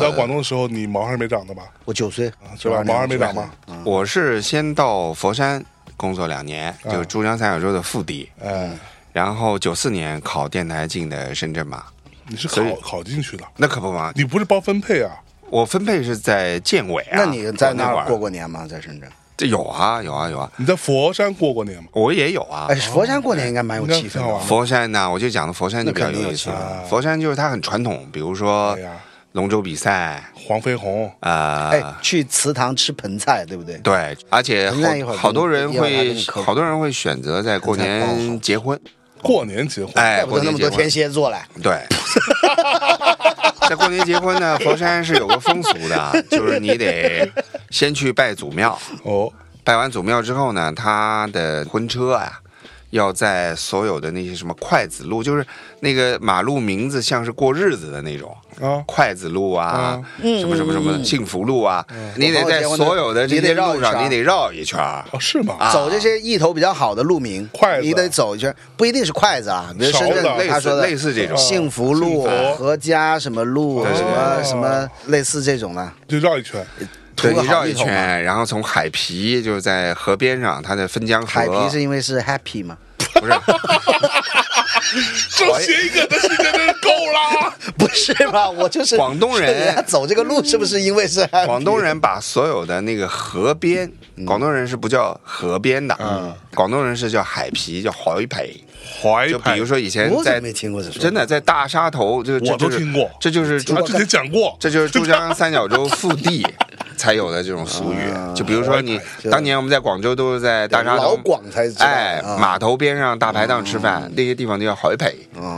我广东的时候，你毛还是没长的吧？我九岁，是吧92年毛还没出来长吗的？啊我是先到佛山工作两年，啊就是珠江三角洲的腹地，嗯哎，然后九四年考电台进的深圳嘛，你是所考以考进去的，那可不嘛，你不是包分配啊？我我分配是在建委啊。那你在那我儿会过？过年吗？在深圳？这有啊有啊有啊，你在佛山过过年吗？我也有啊哎，。佛山过年应该蛮有气氛应该挺好玩的。佛山呢，我就讲的佛山就比较那肯定有有意气思氛。佛山就是它很传统，比如说哎呀，龙舟比赛黄飞鸿，啊，哎，去祠堂吃盆菜，对不对？对，而且那一会好儿好多人一会儿还跟会你，科普好多人会选择在过刚才报年好结婚，过年结婚。哎，怪不过得那年么结多天婚，蝎座 嘞。对。在过年结婚呢，佛山是有个风俗 的，就是你得先去拜祖庙，哦，拜完祖庙之后呢，他的婚车啊，要在所有的那些什么筷子路，就是那个马路名字像是过日子的那种，哦啊，筷子路啊，什么什么什嗯么的幸福路啊，你得在所有的这你些得绕一路上圈你得绕一圈儿。哦是吗？啊走这些意头比较好的路名，筷子你得走一圈，不一定是筷子啊，比如深圳勺子类他说似的类似这种，幸福路、幸福合家什么路、对什哦么什么类似这种的，就绕一圈，图对个你绕好意一头嘛。圈，然后从海皮就是在河边上，它的汾江河，海皮是因为是 happy 嘛？不是？这谐音梗的时间真是够了。不是吧？我 就是广东人是人家走这个路是不是因为是 happy？广东人把所有的那个河边，嗯广东人是不叫河边的，广东人是叫海皮，叫海皮。怀就比如说以前我怎在么没听过这说法真的在大沙头，就我都听过这就是他珠之前讲过，这就是珠江三角洲腹 地才有的这种俗语。啊就比如说你就当年我们在广州都是在大沙头哎老广才知道哎啊嗯码头边上大排档吃饭，那些地方都叫海皮，啊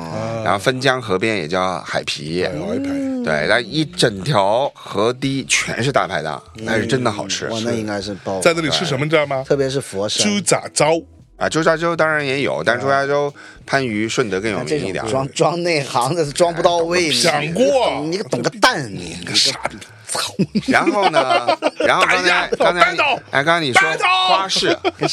然后汾江河边也叫海哎皮。怀牌对，那一整条河堤全是大排档，那是真的好吃。嗯哇，那应该是包，在那里吃什么你知道吗？特别是佛山猪杂糟，啊，朱家洲当然也有，但朱家洲番禺顺德更有啊这名一点种。装装内行的装不到位，你哎想过你啊懂个蛋你。 个傻逼，操！然后 呢，然后刚才打架刚才打你斗哎，刚才你说打斗花市，没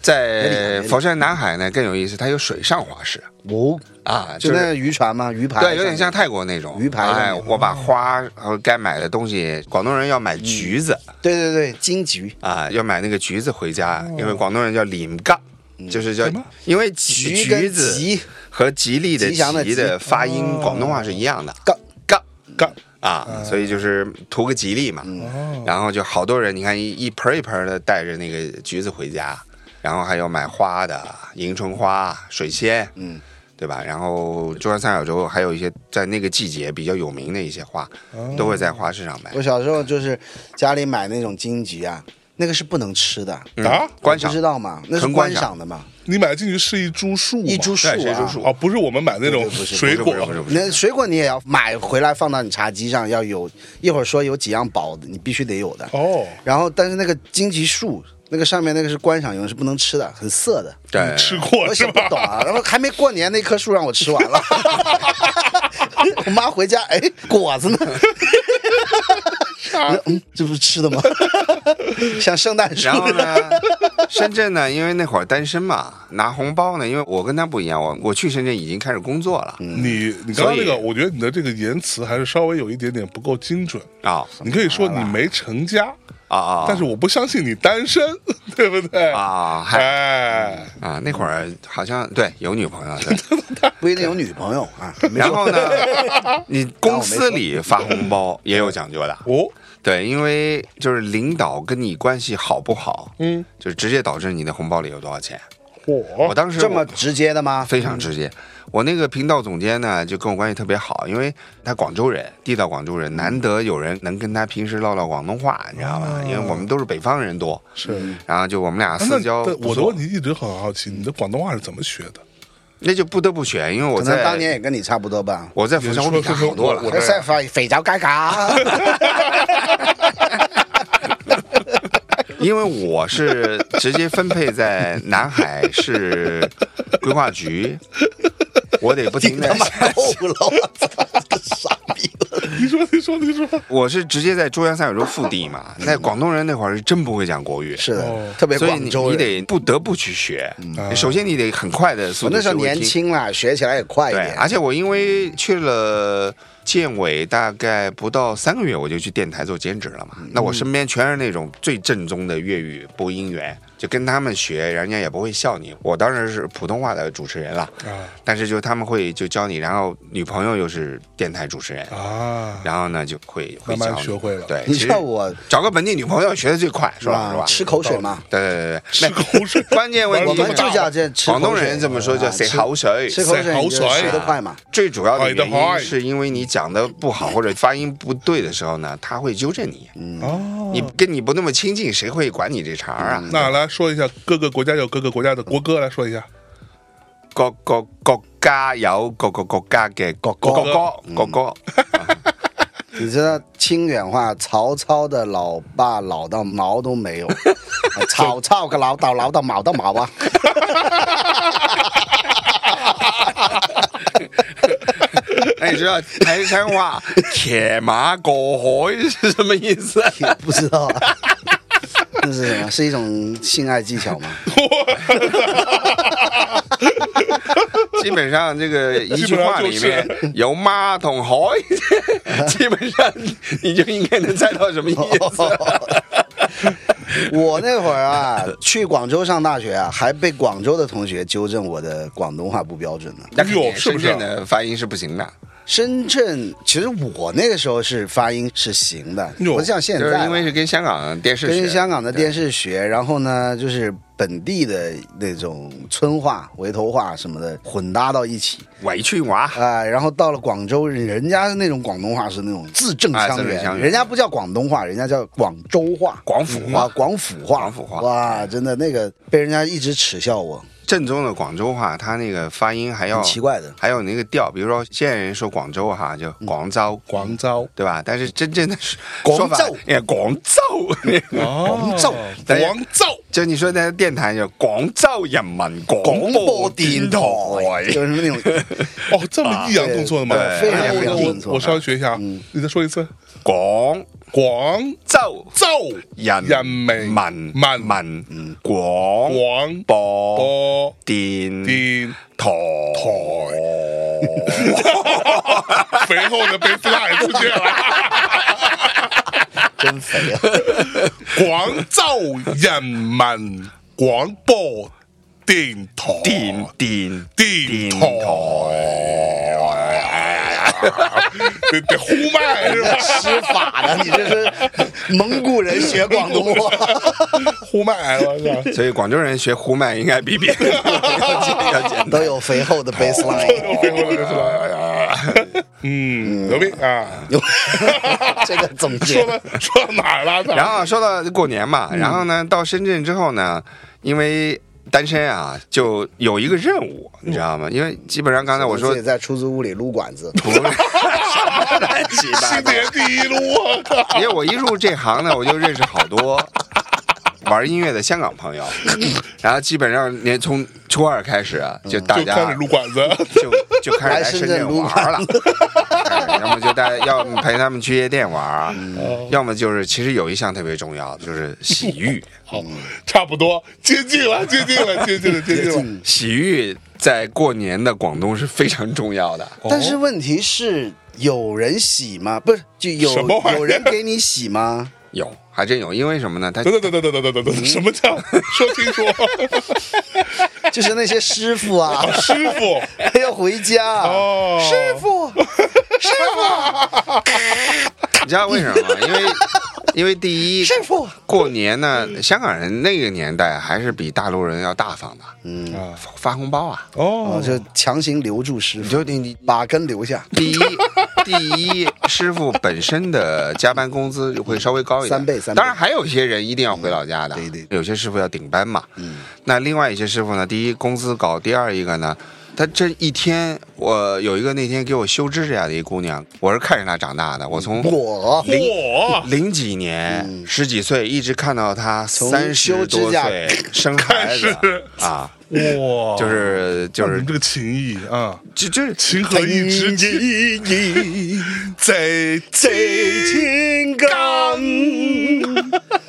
在理哎没理佛山南海呢更有意思，它有水上花市哦，啊， 就是那渔船嘛，鱼排上面，对，有点像泰国那种鱼排上哎，面我把花和该买的东西，广东人要买橘子对对对，金桔，啊，要买那个橘子回家，哦因为广东人叫李嘎。就是叫什么，因为橘嗯橘跟橘子吉和吉利的吉祥的吉的吉哦发音，广东话是一样的。嘎嘎干啊，所以就是图个吉利嘛。然后就好多人，你看一一盆儿一盆的带着那个橘子回家，然后还有买花的，迎春花、水仙，嗯，对吧？然后珠江三角洲还有一些在那个季节比较有名的一些花，都会在花市上买我。小时候就是家里买那种金桔啊，那个是不能吃的，嗯啊！观不赏知道嘛，那是纯观观赏赏的嘛，你买进去是一株树吗，一株树啊对是一株树哦，不是我们买那种水不果是不是不是那水果你也要买回来放到你茶几上，要有一会儿说有几样保的，你必须得有的。哦，然后，但是那个荆棘树，那个上面那个是观赏用，是不能吃的，很涩的。对，吃过我是想不吧？懂啊，然后还没过年那棵树让我吃完 了。我妈回家，哎，果子呢？我说 嗯，这不是吃的吗？ 像圣诞树然，后呢， 深圳呢，因为那会儿单身嘛，拿红包呢，因为我跟他不一样，我我去深圳已经开始工作了你你刚刚所那个，以我觉得你的这个言辞还是稍微有一点点不够精准。啊你可以说你没成家，啊啊！但是我不相信你单身， 对不对？啊，嗨哎，啊，那会儿好像对有女朋友对。不一定有女朋友啊。 然后 呢，你公司里发红包嗯也有讲究的，哦，对，因为就是领导跟你关系好不好，嗯，就直接导致你的红包里有多少钱。我我当时这么我直接的吗？非常直接，我那个频道总监呢就跟我关系特别好，因为他广州人，地道广州人，嗯难得有人能跟他平时唠唠广东话，你知道吗？因为我们都是北方人多，哦是。啊然后就我们俩那私啊交对不我的错嗯问，题一直很好奇，你的广东话是怎么学的？ 那就不得不选，因为我可能在当年也跟你差不多吧。我在福建我比他好多了你说说说我。我在肥肥皂 盖嘎，因为我是直接分配在南海市规划局，我得不停的，够了，我操，这傻逼！你说，你说，你说，我是直接在珠江三角洲腹地嘛。那广东人那会儿是真不会讲国语，嗯是哦的，特别所以广你州你人。嗯得不得不去学。首先你得很快的速我度，那时候年，轻啦，学起来也快一对，啊点。而且我因为去了。建委大概不到三个月，我就去电台做兼职了嗯嘛。那我身边全是那种最正宗的粤语播音员，就跟他们学，人家也不会笑你。我当然是普通话的主持人了，啊但是就他们会就教你，然后女朋友又是电台主持人，啊！然后呢就会会慢慢教你学会了对，你其知实道我找个本地女朋友学的最快，是吧？吧是吧？吃口水嘛，对对对对，吃口水，那 关键问题 我嘛们就叫这吃口广水东人这么说叫啊塞吃口水，吃口塞水口你就水吃得 快嘛。最主要的哎得原嗨因是因为你讲的不好或者发音不对的时候呢，他会纠正你。哦，嗯你跟你不那么亲近，谁会管你这茬儿啊？那来说一下各个国家有各个国家的国歌，来说一下。各个国家有各个国家嘅国國歌歌国歌，嗯你知道清远话，曹操的老 爸老到毛都没有，曹操个老到老到毛到毛啊！哎知道台山话 “铁马过海”是什么意思？ 也不知道啊。 这是什么？是一种性爱技 巧吗？基本上这个一句话里 基本面上有“马”同“海”， 基本上你就应该能猜到什么意 思。 我那会儿啊，去广州上大学啊，还被广州的同学纠正我的广东话不标准呢。那肯定哟哎是不啊是深圳的发音是不行的，深圳其实我那个时候是发音是行的，哟不像现就在是啊，因为是跟香港电视跟学。香港的电视学，然后呢，就是本地的那种村话、围头话什么的混搭到一起委屈娃，啊、然后到了广州，人家那种广东话是那种字正啊腔字正圆，腔圆人家不叫广东话，人家叫广州话。广府哇话，，广府话，广府话哇，真的那个被人家一直耻笑我，正宗的广州话，它那个发音还要很奇怪的。还有那个调，比如说现在人说广州哈，就广州，广州对吧？但是真正的说广说法州哎，广州，广州哦广州就你说的电台叫广州人民广广播播电电台台，就是那种哦，这么抑扬顿挫的吗？对非哎呀常有非常定我做我我稍微学一下啊，嗯你再说一次，广广州州人人民民民民广广哦播播电电台。肥厚 的贝斯拉也出现了，真肥啊！广州人民广播电台电电电台。得得呼麦是吧？施法的，你这是蒙古人学广 东话。 呼麦，我操！ 所以广州人学呼麦应该比别人 要简都单。有肥厚的 baseline， 又飞回来了，嗯，牛逼啊！ 这个总说结到 说到哪儿了？操然后说到过年嘛，然后呢，到深圳之后呢，因为单身啊，就有一个任务，你知嗯道吗？因为基本上刚才我说自己在出租屋里撸管子，不是 乱七八新糟，年第一路，我靠！因为我一入这行呢，我就认识好多玩音乐的香港朋友，嗯然后基本上连从初二开始啊就大就开家始撸管子，就就开始来深圳玩了， 嗯哎要么就带，要么陪他们去夜店玩儿，哦要么就是其实有一项特别重要，就是洗浴。好，差不多，接近了，接近了，接近了， 接近了。洗浴在过年的广东是非常重要的，但是问题是有人洗吗？不是，就有什么玩意儿有人给你 洗吗？有还真有，因为什么呢？它等等等等等等等等，什么叫说清楚？就是那些师傅啊， 师傅要回家，啊哦师傅，师你知道为什么吗？因 为因为第一，傅，师傅，过年呢，香港人那个年代还是比大陆人要大方的，嗯，啊，发发红包啊。哦，哦，就强行留住师你傅，就你你把根留下， 第一第一师傅本身的加班工资会稍微高一点，三倍三倍当然还有一些人一定要回老家的，嗯对有些师傅要顶班嘛。嗯，那另外一些师傅呢，第一工资高，第二一个呢，他这一天我有一个那天给我修指甲的一姑娘，我是看着她长大的，我从。我嚯，零几年、十几岁，一直看到她嗯从三修十指多甲岁生孩开子始 啊，哇，就是就哇是哦你们这个情谊啊，就就是情何以直接？在在情感，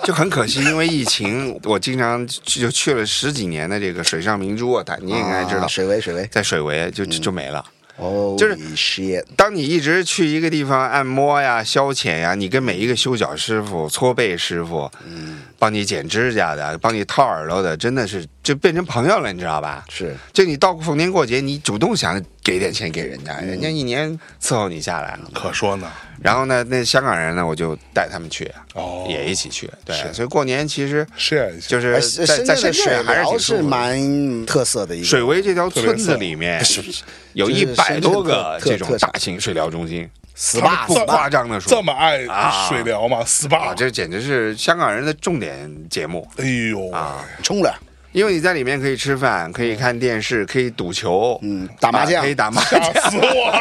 就很可惜，因为疫情，我经常去就去了十几年的这个水上明珠啊，它你也应该知道，啊水围水围，在水围就就就没了。哦，就是失业，当你一直去一个地方按摩呀、消遣呀，你跟每一个修脚师傅、搓背师傅，嗯，帮你剪指甲的、帮你掏耳朵的，真的是就变成朋友了，你知道吧？是就你到逢年过节，你主动想给点钱给人家，人家一年伺候你下来。可说呢，然后呢，那香港人呢，我就带他们去，啊哦，也一起去。对，是所以过年其实 share 一下，就是啊而呃在在哎圳的深水圳还是疗挺舒是服的。蛮特色的一个，水围这条村子里面 有一百多个就这是深圳种特大型水疗中心， SPA 不夸张的这说么爱啊水疗吗啊， ？SPA，这简直是香港人的重点节目，哎呦啊冲了，因为你在里面可以吃饭，可以看电视，可以赌球，嗯，打麻啊将可以，打麻吓将，死我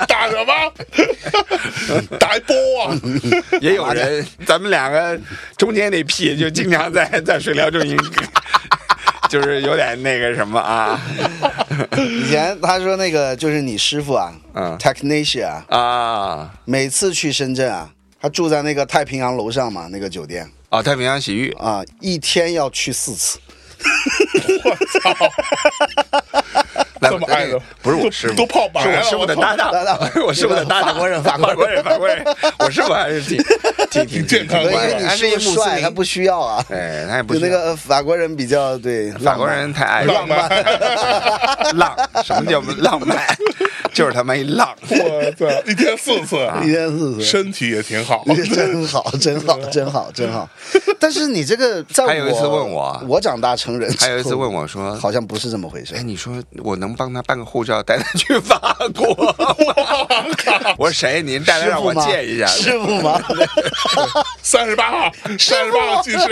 了！打什 么？打一波啊！也有 人，咱们两个中间那屁就经常在在水疗中心。就是有点那个什么啊 以前他说那个就是你师傅啊，嗯 t e c h n i c i a n 啊，啊每次去深圳啊，他住在那个太平洋楼上嘛，那个酒店哦，太平洋洗浴啊，一天要去四次。来哎这么爱的不是我师傅，都都泡白是了我师傅的我操搭档哎搭档，我师傅的搭档，法国人法国人，法国人，我师傅还是挺 挺挺健康的哎所关以键你还是一师穆傅斯帅，他不林，需要啊。哎，他也不就那需要个呃法国人比较对，法国人太爱浪漫，浪，什么 叫浪漫？就是他妈一浪。我操，一天四次，啊啊一天四次，身体也挺 好。真好，真好，真好，真好。但是你这个在我还有一次问我啊我长大成人，还有一次问，我说好像不是这么回事哎，。你说我能帮他办个护照，带他去法国 吗？我说谁？您带来师让傅我吗？见一下。师 傅吗？三十八号，三十八号技师，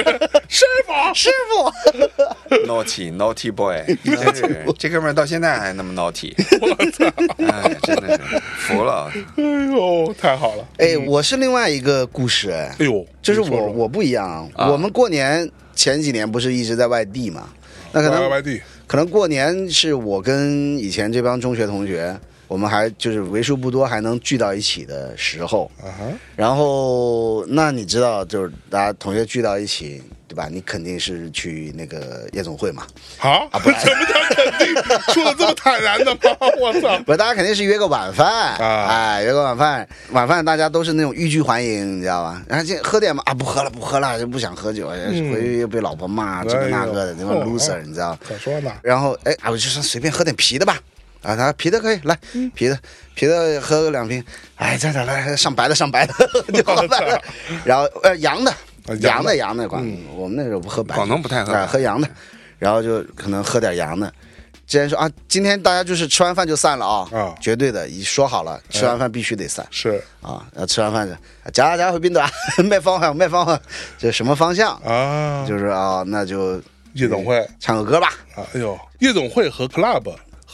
师 傅，师傅， Naughty Naughty Boy，真是这哥们儿到现在还那么 naughty，哎，真的是服了。哎呦，太好了！哎，我是另外一个故事，哎，哎呦，就是你说我说我不一样，啊啊我们过年前几年不是一直在外地嘛，那可能 YYD 可能过年是我跟以前这帮中学同学，我们还就是为数不多还能聚到一起的时候。啊哈，然后，那你知道，就是大家同学聚到一起，对吧？你肯定是去那个夜总会嘛，好，啊啊 怎么叫肯定？说的这么坦然的吗？ 我操！不，大家肯定是约个晚饭，啊哎，约个晚饭，晚饭大家都是那种欲拒还迎，你知道吧？然后这喝点嘛，啊，不喝了，不喝了，就不想喝酒，回去又被老婆骂，这个那个的，嗯哎那呦个哦 loser，你知道？咋说呢？然后哎，啊，我就说随便喝点啤的吧。啊，他说啤的可以，来嗯啤的，啤的喝个两瓶。哎，这点来上白的上白的 就喝白的，然后呃洋的啊洋洋的的洋的，广我们那时候不喝白的，嗯广东不太喝白啊喝洋的，然后就可能喝点洋的。之前说啊，今天大家就是吃完饭就散了啊，啊绝对的，已说好了，哎吃完饭必须得散。是啊，然后吃完饭就，夹夹夹回宾馆， 卖方向卖方向，这什么方向？啊，就是啊，那就夜总会唱个歌吧。啊，哎呦，夜总会和 club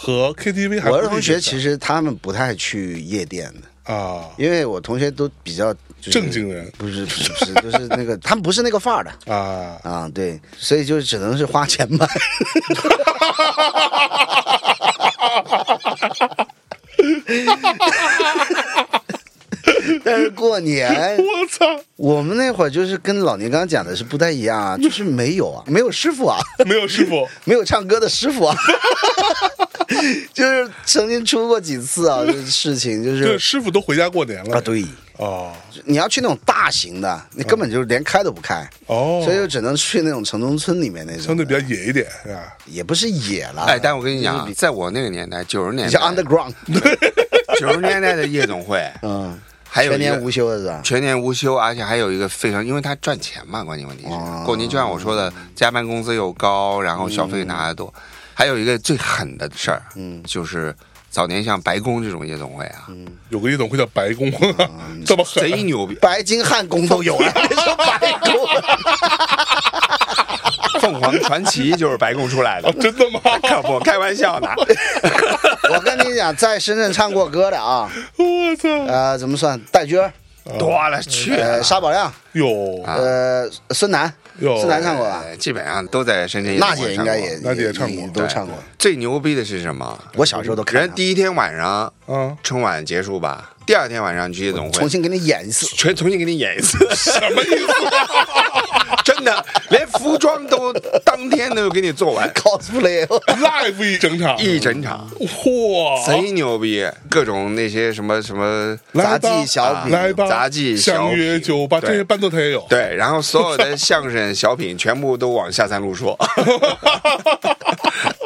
和 KTV 还我的不是同学其实实他们不太去夜店的，啊因为我同学都比较、就是、正经人不是不是不是，就是那个他们不是那个范儿的啊，啊，对，所以就只能是花钱买。但是过年，我操， 我们那会儿就是跟老年刚刚讲的是不太一样啊，就是没有啊，没有师傅啊。没有师傅，没有唱歌的师傅啊，就是曾经出过几次啊，这事情就这是师傅都回家过年了啊，对，哦你要去那种大型的，你根本就连开都不开，哦，所以就只能去那种城中村里面那种的，相对比较野一点啊是吧？也不是野了，哎，但我跟你就是讲，比在我那个年代，九十年比较代， underground，九十年代的夜总会，嗯，还有全一年个无休的是吧？全年无休，而且还有一个非常，因为他赚钱嘛，关键问题是哦，过年就像我说的，加班工资又高，然后消费拿得多，还有一个最狠的事儿，嗯，就是早年像白宫这种夜总会啊，有个夜总会叫白宫，啊 这么狠贼牛逼，白金汉宫都有了，别说白宫啊了，凤凰传奇就是白宫出来啊 的？，真 的吗？可不开玩笑呢。我跟你讲，在深圳唱过歌的啊，我操，呃，怎么算？戴军儿，多了去呃，了，沙宝亮，有啊呃，孙楠，有孙楠唱过吧？呃基本上都在深圳夜总娜会姐应唱该过也娜姐也唱过都唱过。最牛逼的是什么？我小时候都看人她第一天晚上啊，春晚结束吧，第二天晚上你去夜总重会，新给你演一次。，全重新给你演一次，什么意思？ 真的，连服装都当天都给你做完 cosplay， live 一整场，一整场嚯，贼牛逼，各种那些什么什么。来吧杂技小品来吧，杂技小品相约酒吧，这对些伴奏他也有。对，然后所有 的相声小品全部都往下三路说，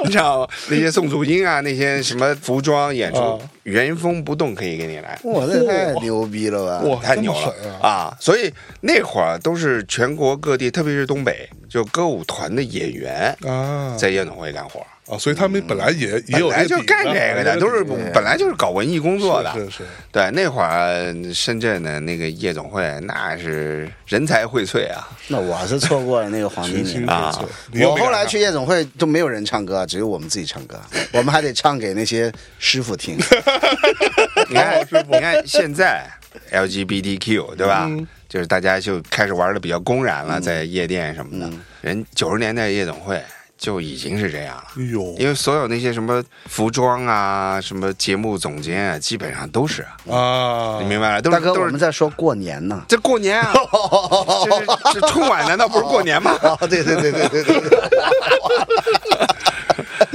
你知道吗那些宋祖英啊，那些什么服装演出啊，原封不动可以给你来， 我这太牛逼了吧！哇，太这牛么了狠啊！啊！所以那会儿都是全国各地，特别是东北，就歌舞团的演员啊在夜总会干活儿，啊！所以他们本来也也本啊有来就干这个的，都是做本来就是搞文艺工作的。哎是是对，那会儿深圳的那个夜总会，那是人才荟萃啊！那我是错过了那个黄金群星年。啊荟萃。你又我没赶后来上去夜总会都没有人唱歌，只有我们自己唱歌，啊我们还得唱给那些师傅 听。 你看，你看现在 LGBTQ 对吧？嗯就是嗯大家就开始玩的比较公然了，在夜店什么的。人九十年代夜总会就已经是这样了。哎呦因为所有那些什么服装啊、什么节目总监啊，基本上都是，啊你，明白了？都是哦大哥，都我是们在说过年 呢。这过年啊，这是这春晚难道不是过年吗？啊，对对对对对对对，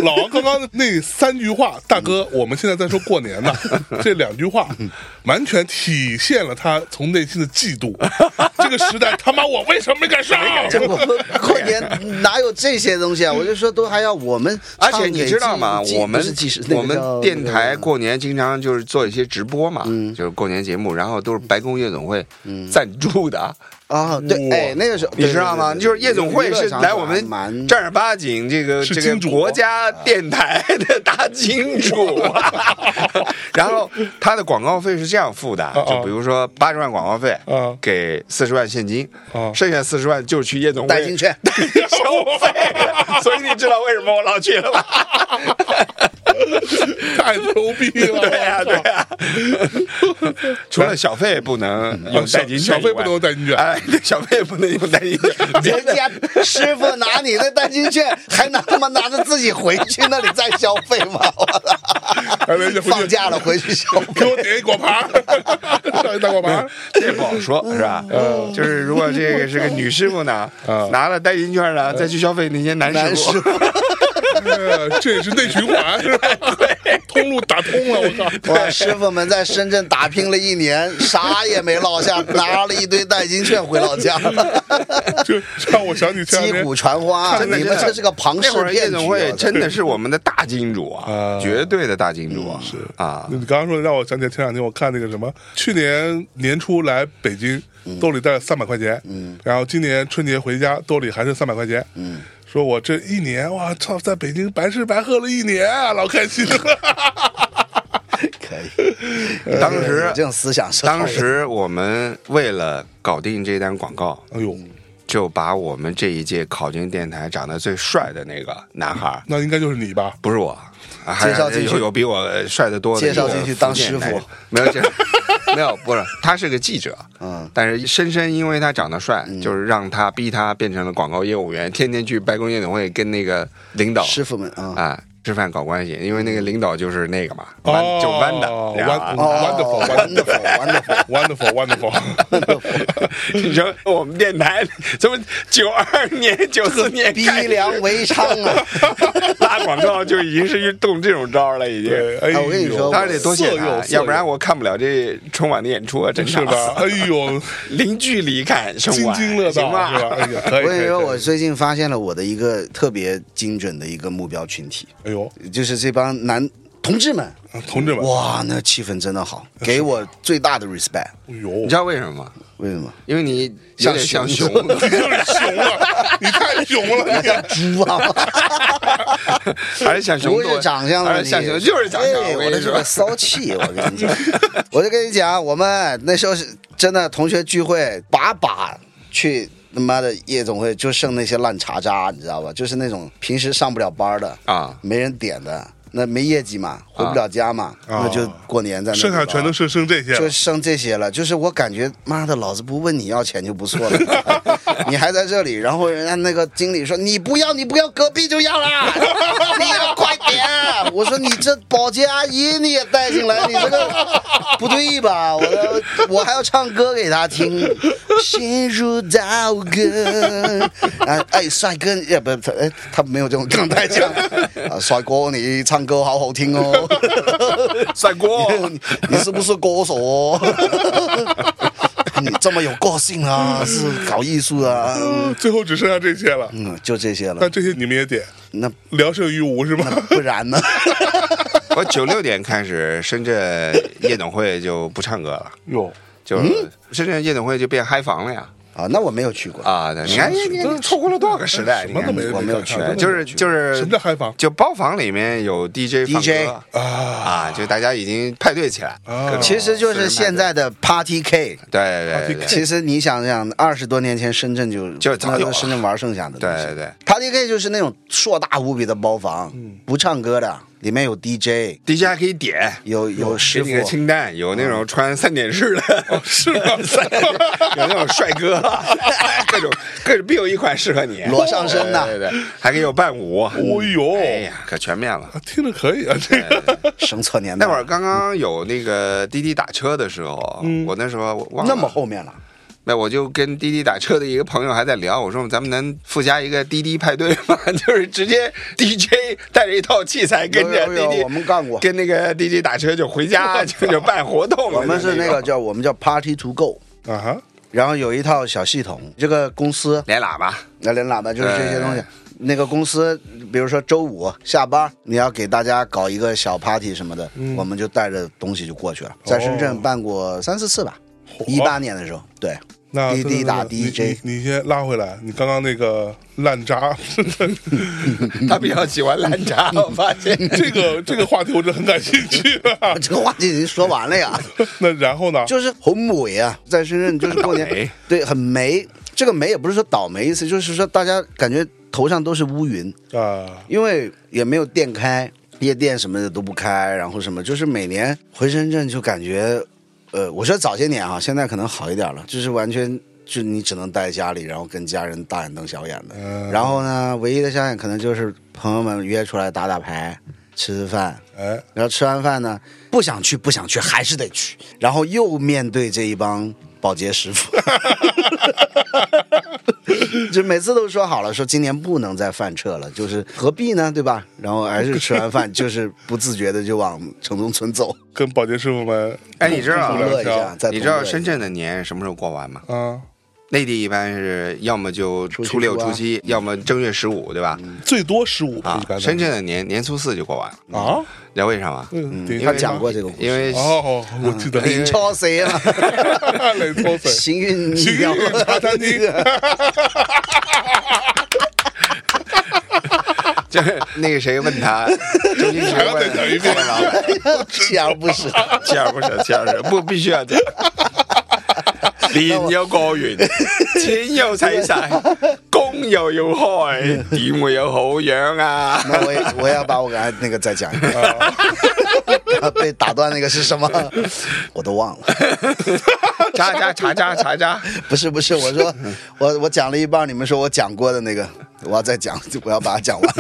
老王刚刚那三句话，大哥，我们现在在说过年 呢，这两句话完全体现了他从内心的嫉妒。这个时代，他妈我为什么没 赶上？这 过过年哪有这些东西啊？我就说都还要我们 而唱给且纪，你知道吗？纪我们不是纪实我们电台过年经常就是做一些直播嘛，嗯就是过年节目，然后都是白宫夜总会赞助的，啊，对，哎，那个时候你知道吗？对对对对就是夜总会娱乐是场来所我还们蛮正儿八经这个是这金个主国家电台的大金 主，然后他的广告费是这样付的，啊就比如说八十万广告费啊，给四十万现金啊，剩下四十万就去夜总会代金 券消费，所以你知道为什么我老去 了吧？太牛逼了！ 对啊呀，对呀。 除了小费不能用代金券以外，啊小小费不能用代金券哎，对小费不能用代金 券，别 人家师傅拿你的代金券，还拿他妈拿着自己回去那里再消费 吗？我哎人家操！回去放假了回去消费。 给我点一果盘儿， 上一大果盘儿。这不好说，嗯是吧？就是如果这个是个女师傅呢，拿了代金券呢，再去消费那些嗯男男师师傅，傅，呃 这也是内循环，是吧？通路打通了，我靠！我 师傅们在深圳打拼了一年，啥也没落 下，拿了一堆代金券回老家，就让我想起前击两鼓天，传花，啊真的你们这是个庞那氏会儿夜骗局总啊。会真的是我们的大金主啊，啊绝对的大金主啊，是啊，你刚刚说的让我想起前两天我看那个什么，去年年初来北京，兜里带了三百块钱，嗯然后今年春节回家兜里还剩三百块钱，说我这一年哇操，在北京白吃白喝了一年啊，老开心嗯了。可以，当时有这种思想嗯是好的当时我们为了搞定这单广告，哎呦，就把我们这一届考进电台长得最帅的那个男孩儿，那应该就是你吧？不是我，啊还介绍进去有有比我帅的多的，介绍进去当师傅，没有介，没有不是，他是个记者，嗯，但是深深因为他长得帅，就是让他逼他变成了广告业务员，天天去白宫夜总会跟那个领导师傅们啊，啊吃饭搞关系，因为那个领导就是那个嘛，哦弯就弯的，你知道吧弯 Wonderful, wonderful, 哦 wonderful，wonderful， wonderful wonderful， 你说我们电台怎么九二年、九四年逼 开始良为娼啊！拉广告就已经是动这种招儿了，已经。 对，哎呦，哎我跟你说当然得多谢色诱他，色诱要不然我看不了这春晚的演出啊，真是吧？ 哎 呦，零距离看春津晚，津乐行道吧？是吧？哎 呀，可以，我跟你说，可以我最近发现了我的一个特别精准的一个目标群体，哎呦，啊就是这帮男同志们。同志们，哇，那气氛真的好，给我最大的 respect。哎呦你知，道为什么吗？为什么？因为你有点像像熊熊， 你就是熊了，你太熊了，你猪啊！ 还是像熊不多，是长相还是问题，像熊，就是长相。哎跟我你的这说个，骚气，我跟 你讲，我就跟你讲，我们那时候是真的同学聚会，把把去他妈的夜总会，就剩那些烂茶渣，你知道吧？就是那种平时上不了班的啊没人点的，那没业绩嘛，回不了家嘛，啊那就过年在那里 剩下全都玩是剩这些了就剩这些了，就是我感觉，妈的，老子不问你要钱就不错了， 你还在这里，然后人家那个经理说你不要，你不要，隔壁就要啦，你要快点。我说你这保洁阿姨你也带进来，你这个不对吧？我说我还要唱歌给他听，心如刀割。 哎哎，帅哥，哎不，他哎他没有这种港台腔啊，帅哥你唱歌好好听哦。 帅 锅你 你是不是歌手、哦？ 你这么有个性嗯啊，是搞艺术啊？最后只剩下这些了。嗯，就这些那了。这些你们也点，那聊胜于无是 吗？不然呢？ 我九六点开始，深圳夜总会就不唱歌了，哟，就嗯深圳夜总会就变嗨房了呀。啊，那我没有去过。啊，对，你看，你你你错过了多少个时代？什么你都看没，我没有去看对，上就是就是什么叫嗨房就包房里面有 DJ 放 DJ 歌啊，啊，就大家已经派对起来，啊各种其实哦就是啊现在的 Party K。对对对对其实你想想，二十多年前深圳就就早有那了个深圳玩剩下的东西。对对对嗯，Party K 就是那种硕大无比的包房，不唱歌的，里面有 DJ， DJ 还可以点，有有给师傅嗯哦你，个清淡，有那种穿三点式的，是吗 三点式有那种帅哥，哎各种各种必有一款适合你，裸上身的对对对，还可以有伴舞，哦呦，哎呀，可全面了。听着可以啊，这个生错年 代那会儿刚刚有那个滴滴打车的时候，我那时候忘了嗯那么后面了，那我就跟滴滴打车的一个朋友还在聊，我说咱们能附加一个滴滴派对吗？ 就是直接 DJ 带着一套器材跟着有滴有有滴，我们干过跟那个 DJ 打车就回 家，就就办活动了。我们是那个种叫我们叫 Party to Go，啊 哈，然后有一套小系统，这个公司连喇叭，那连喇叭就是这些东西哎。那个公司，比如说周五下班，你要给大家搞一个小 party 什么的，嗯我们就带着东西就过哦去了。在深圳办过三四次吧，一八年的时候，对，那滴滴打你 DJ 你你先拉回来，你刚刚那个烂渣， 他比较喜欢蓝 茶，我发现。嗯 这个这个话题我真的很感兴趣 啊。这个话题已经说完了 呀。那然后呢？就是很美啊，在深圳就是过倒霉年，对，很霉。这个霉也不是说倒霉意思，就是说大家感觉头上都是乌云，啊，因为也没有店开，夜店什么的都不开，然后什么，就是每年回深圳就感觉，呃，我说早些年啊，现在可能好一点了，就是完全就你只能待家里，然后跟家人大眼瞪小眼的。嗯然后呢，唯一的消遣可能就是朋友们约出来打打牌、吃吃饭，哎，然后吃完饭呢，不想去，不想去，还是得去，然后又面对这一帮保洁师傅， 就每次都说好了，说今年不能再犯撤了，就是何必呢，对吧？然后还是吃完饭，就是不自觉的就往城中村走，跟保洁师傅们哎，你知道同乐乐一一下下，再你知道深圳的年什么时候过完吗？啊，内地一般是要么就初七初六、初八嗯初七，要么正月十五，对吧？最多十五啊，深圳的年年初四就过完了，啊，你知道为啥吗？嗯圳他讲哎过这个故因事，为哦，我记得你 抄谁啊？雷偷粉，行运行鸟运茶餐厅就是啊那个谁问 他，周星驰还要再问讲一遍老板，锲而不舍。锲而不舍，锲而不舍，不必须 要讲。年有過完，錢又使晒，工又要開，點會哎有好樣啊？那我也我也要把我刚才那个再讲一遍， 被打断那个是什么？我都忘了。查查查查查查， 不是不是，我说我我讲了一半，你们说我讲过的那个，我要再讲，我要把它 讲完。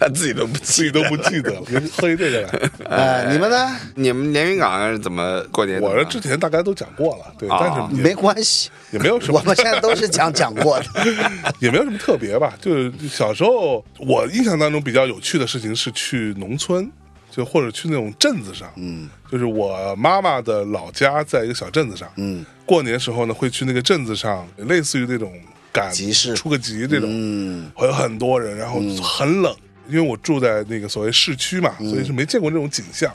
他自己都不自己都不记得了，喝一这个来。呃，你们哎呢？ 你们连云港是怎么过年的吗？我这之前大概都讲过了，对，啊但是也没关系，也没有什么我们现在都是讲讲过的。 也没有什么特别吧。就是小时候，我印象当中比较有趣的事情是去农村，就或者去那种镇子上。嗯，就是我妈妈的老家在一个小镇子上。嗯，过年时候呢，会去那个镇子上，类似于那种赶集市出个集这种，嗯，会有很多人，然后很冷。因为我住在那个所谓市区嘛，嗯所以是没见过那种景象。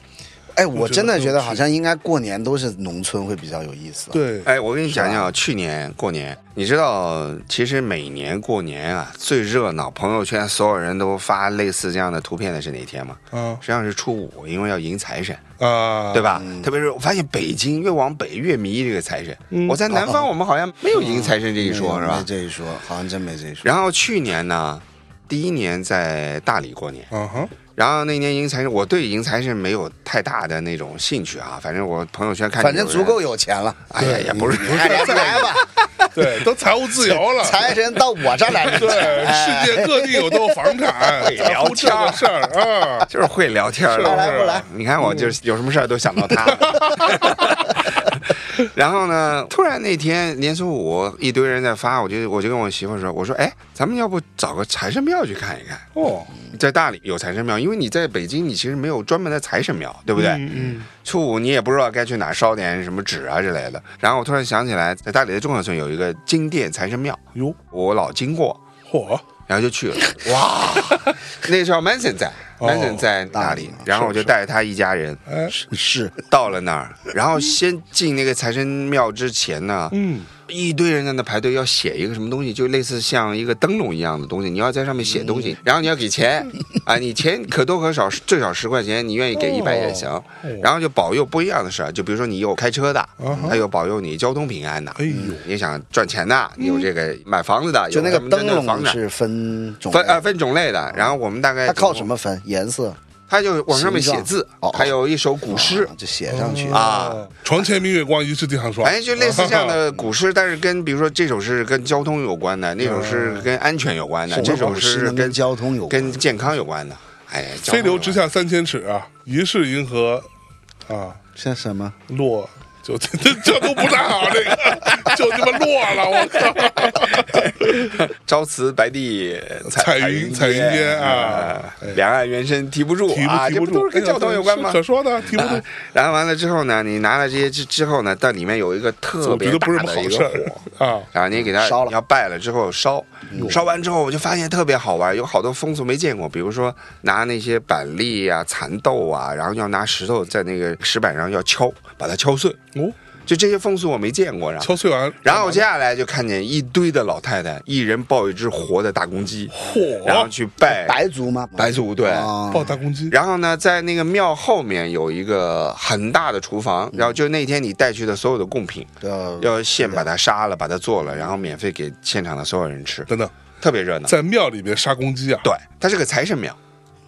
哎，我真的觉得好像应该过年都是农村会比较有意思。，对，哎，我跟你讲讲去年过年，你知道，其实每年过年啊，最热闹，朋友圈所有人都发类似这样的图片的是哪天吗？啊实际上是初五，因为要迎财神，啊，对？吧？嗯特别是我发现北京越往北越迷这个财神，我在南方我们好像没有迎财神这一说，是吧嗯哦哎没？这一说，好像真没这一说。然后去年呢，第一年在大理过年，啊哈，然后那年迎财神，我对迎财神没有太大的那种兴趣啊，反正我朋友圈看，反正足够，有钱了，哎呀，也不是，哎，来 吧，对，都财务自由了，财神到我这儿来了。对，哎世界各地有都有房产， 哎咱不这个事儿啊。就是会聊天儿是了来来嗯是吧来你看我就是有什么事儿都想到他。 然后呢，突然那天年初五，一堆人在发，我就我就跟我媳妇说，我说哎，咱们要不找个财神庙去看一看？哦，在大理有财神庙，因为你在北京，你其实没有专门的财神庙，对不对？嗯初五你也不知道该去哪儿烧点什么纸啊之类的。然后我突然想起来，在大理的中小村有一个金殿财神庙，嗯，哟，我老经过，嚯， 然后就去了。哇，那时候 Manson 在，哦 Mason 在那里，啊然后我就带着他一家人哎，是到了那 儿，然后先进那个财神庙之前呢，嗯，一堆人在那排队要写一个什么东西，就类似像一个灯笼一样的东西，你要在上面写哦东西，然后你要给 钱啊，你钱可多可少，最少十块钱，你愿意给一百也行，哦然后就保佑不一样的事儿，就比如说你有开车的，嗯他有保佑你交通平安的，哎呦你想赚钱的，有这个买房子的，就那有个什么灯那房笼子是分种类分啊、分种类的，然后我们大概它总靠共什么分？颜色他就往上面写字形状哦，还有一首古诗啊，就写上去啊床前明月光，疑是地上霜。哎，就类似这样 的古诗，但是跟比如说这首是跟交通有关的，那首啊是跟安全有关的，这首是是跟跟交通有关跟。健康有关的。哎呀，交通飞有流关直下三千尺啊，疑是银河啊，像什么？落就 这这这都不太好，这个 就他妈落了，我靠！ 朝辞白帝彩彩云彩彩云间啊哎两岸猿声啼不住提啊，不提这不不都住，是跟交通有关哎吗啊呀？可说呢，提不住。然后完了之后呢，你拿了这些之之后呢，到里面有一个特我觉别得大不是什么的好一个事火儿，啊。然后你给它烧了你要拜了之后烧，烧完之后我就发现特别好玩，有好多风俗没见过，比如说拿那些板栗啊、蚕豆啊，然后要拿石头在那个石板上要敲，把它敲碎，哦，就这些风俗我没见过。然后，敲碎完，啊然后接下来就看见一堆的老太太，一人抱一只活的大公鸡，嚯然后嗯去拜白族吗？白族对。啊，抱大公鸡，然后呢，在那个庙后面有一个很大的厨房，然后就那天你带去的所有的贡品，呃要现把它杀了，把它做了，然后免费给现场的所有人吃，等等，特别热闹。在庙里边杀公鸡啊，对，它是个财神庙，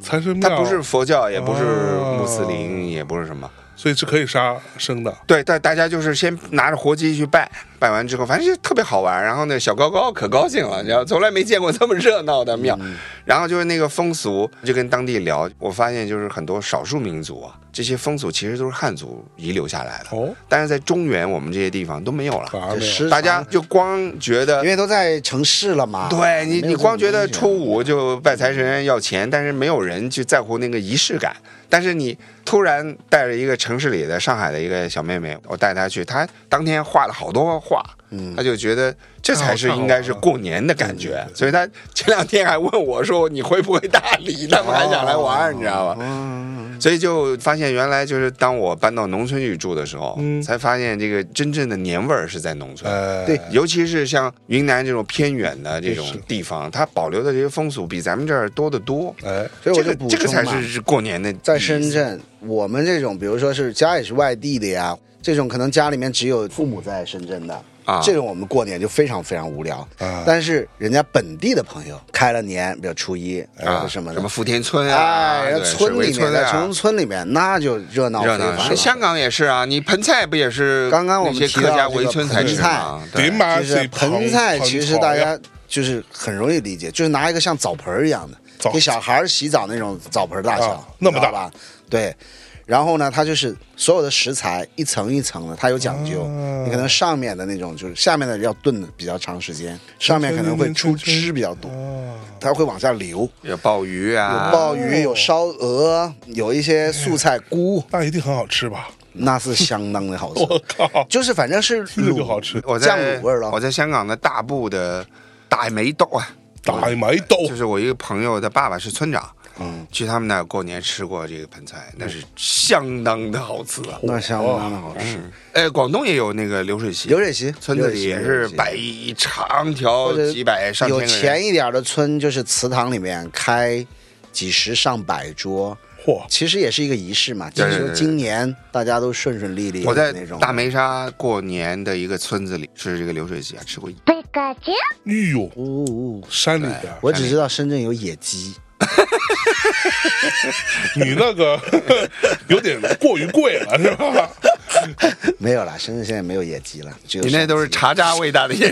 财神庙，它不是，佛教，也不是哦穆斯林，也不是什么。所以是可以杀生的。对，但大家就是先拿着活鸡去拜，拜完之后，反正就特别好玩。然后呢，小高高可高兴了，你知道，从来没见过这么热闹的庙。嗯然后就是那个风俗，就跟当地聊，我发现就是很多少数民族啊，这些风俗其实都是汉族遗留下来的，哦，但是在中原我们这些地方都没有了，反而没有是大家就光觉得因为都在城市了嘛。对你，啊没有你这种啊光觉得东西初五就拜财神要钱，但是没有人去在乎那个仪式感。但是你突然带着一个城市里的上海的一个小妹妹，我带她去，她当天画了好多画，嗯她就觉得这才是应该是过年的感觉，所以她前两天还问我说你会不会大理，他们还想来玩儿，你知道吧？哦所以就发现原来就是当我搬到农村去住的时候，嗯才发现这个真正的年味儿是在呃农村。哎，对尤其是像云南这种偏远的这种是地方，它保留的这些风俗比咱们这儿多得多。哎，啊所以我这就个补这个充才嘛是是过年的意义，在深圳，我们这种比如说是家也是外地的呀，这种可能家里面只有父母在深圳的。啊这种我们过年就非常非常无聊，啊但是人家本地的朋友开了年，比如初一啊，或什么的，什么福田村啊，对哎，然后村水里围面村在啊城，村里面那就热闹热非闹凡是。了香港也是啊，你盆菜不也是刚刚我那们些提客到家这围个村才盆吃菜嘛？林对，马就是水盆菜，其实大家就是很容易理解，就是拿一个像澡盆儿一样澡的，给小孩儿洗澡那种澡盆儿大小，啊那么大你知道吧？对。然后呢，它就是所有的食材一层一层的，它有讲究。啊你可能上面的那种就是下面的要炖的比较长时间，上面可能会出汁比较多，啊，哦它会往下流。有鲍鱼啊，鲍鱼有烧鹅，有一些素菜菇，那一定很好吃吧？那是相当的好吃。 我靠，就是反正是听着就卤好吃我酱在卤味儿了我。在香港的大埔的大梅豆啊，大埋豆，哦就是我一个朋友的爸爸是村长，嗯，去他们那儿过年吃过这个盆菜，那是相当的好吃啊。那相当的哦好吃，哎，广东也有那个流水席，流水席，村子里也是摆流水席一长条或者几百上千有个人钱一点的村，就是祠堂里面开几十上百桌，嚯，其实也是一个仪式嘛。就对是对说对今年大家都顺顺利利，我在那种大梅沙过年的一个村子里吃这个流水席啊，吃过一。 Pikachu. 哎呦，呜呜呜。山里边，我只知道深圳有野 鸡，你那个 有点过于贵了，是吧？没有啦，深圳现在没有野鸡了，只有你那都是山茶渣味道的 鸡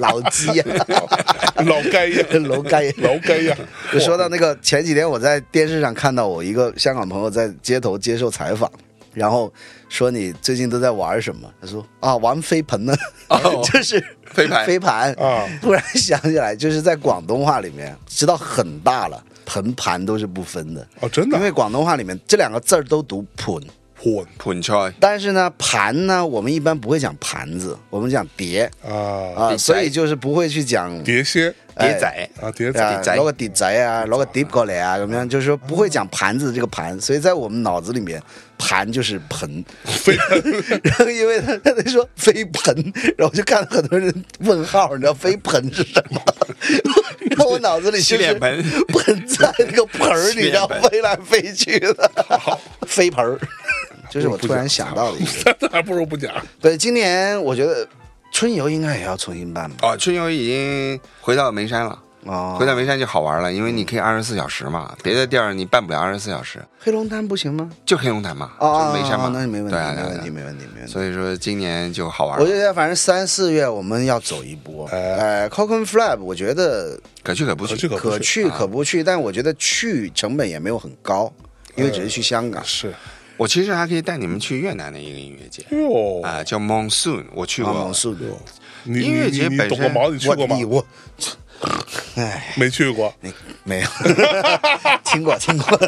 老鸡啊呀、 老该呀，老该呀老该呀。 就说到那个前几天我在电视上看到我一个香港朋友在街头接受采访，然后说你最近都在玩什么？他说啊玩飞盘呢， 就是飞盘飞盘哦啊突然想起来，就是在广东话里面，直到很大了，盆盘都是不分的，哦，真的因为广东话里面这两个字儿都读盆。混盆菜但是呢，盘呢，我们一般不会讲盘子，我们讲碟啊，啊，所以就是不会去讲碟仙哎碟仔，啊，碟啊仔仔攞個碟仔啊，攞個碟過嚟啊，咁樣就是說不會講盤子這個盤，所以在我們腦子裏面，盤就是盆。非然后 因为他他在说飞盆，然后我就看到很多人问号，你知道飞盆是什么？然后我脑子里就洗是脸盆盆在那个盆儿里，洗然脸后盆飞来飞去的，飞盆儿。就是我突然想到的一个。那还不如不讲。对，今年我觉得春游应该也要重新办吧。哦，春游已经回到眉山了。哦，回到眉山就好玩了，因为你可以二十四小时嘛，别的地儿你办不了二十四小时，黑龙江不行吗？就黑龙潭嘛，哦，就眉山嘛，哦那你没问题，对啊，没对啊问对题，啊没问题，没问题。所以说今年就好玩我了，觉得反正三四月我们要走一波，哎哎 c o c o n Flap，我觉得可去可不可去去，可不可去可不去，但我觉得去成本也没有很高，因为只是去香港。是，我其实还可以带你们去越南的一个音乐节哟，啊，叫 Monsoon，我去阿啊过啊蒙，速度，你音乐节你你本懂个身毛？你去我过吗你？我，哎，没去过，你没有，听过听过，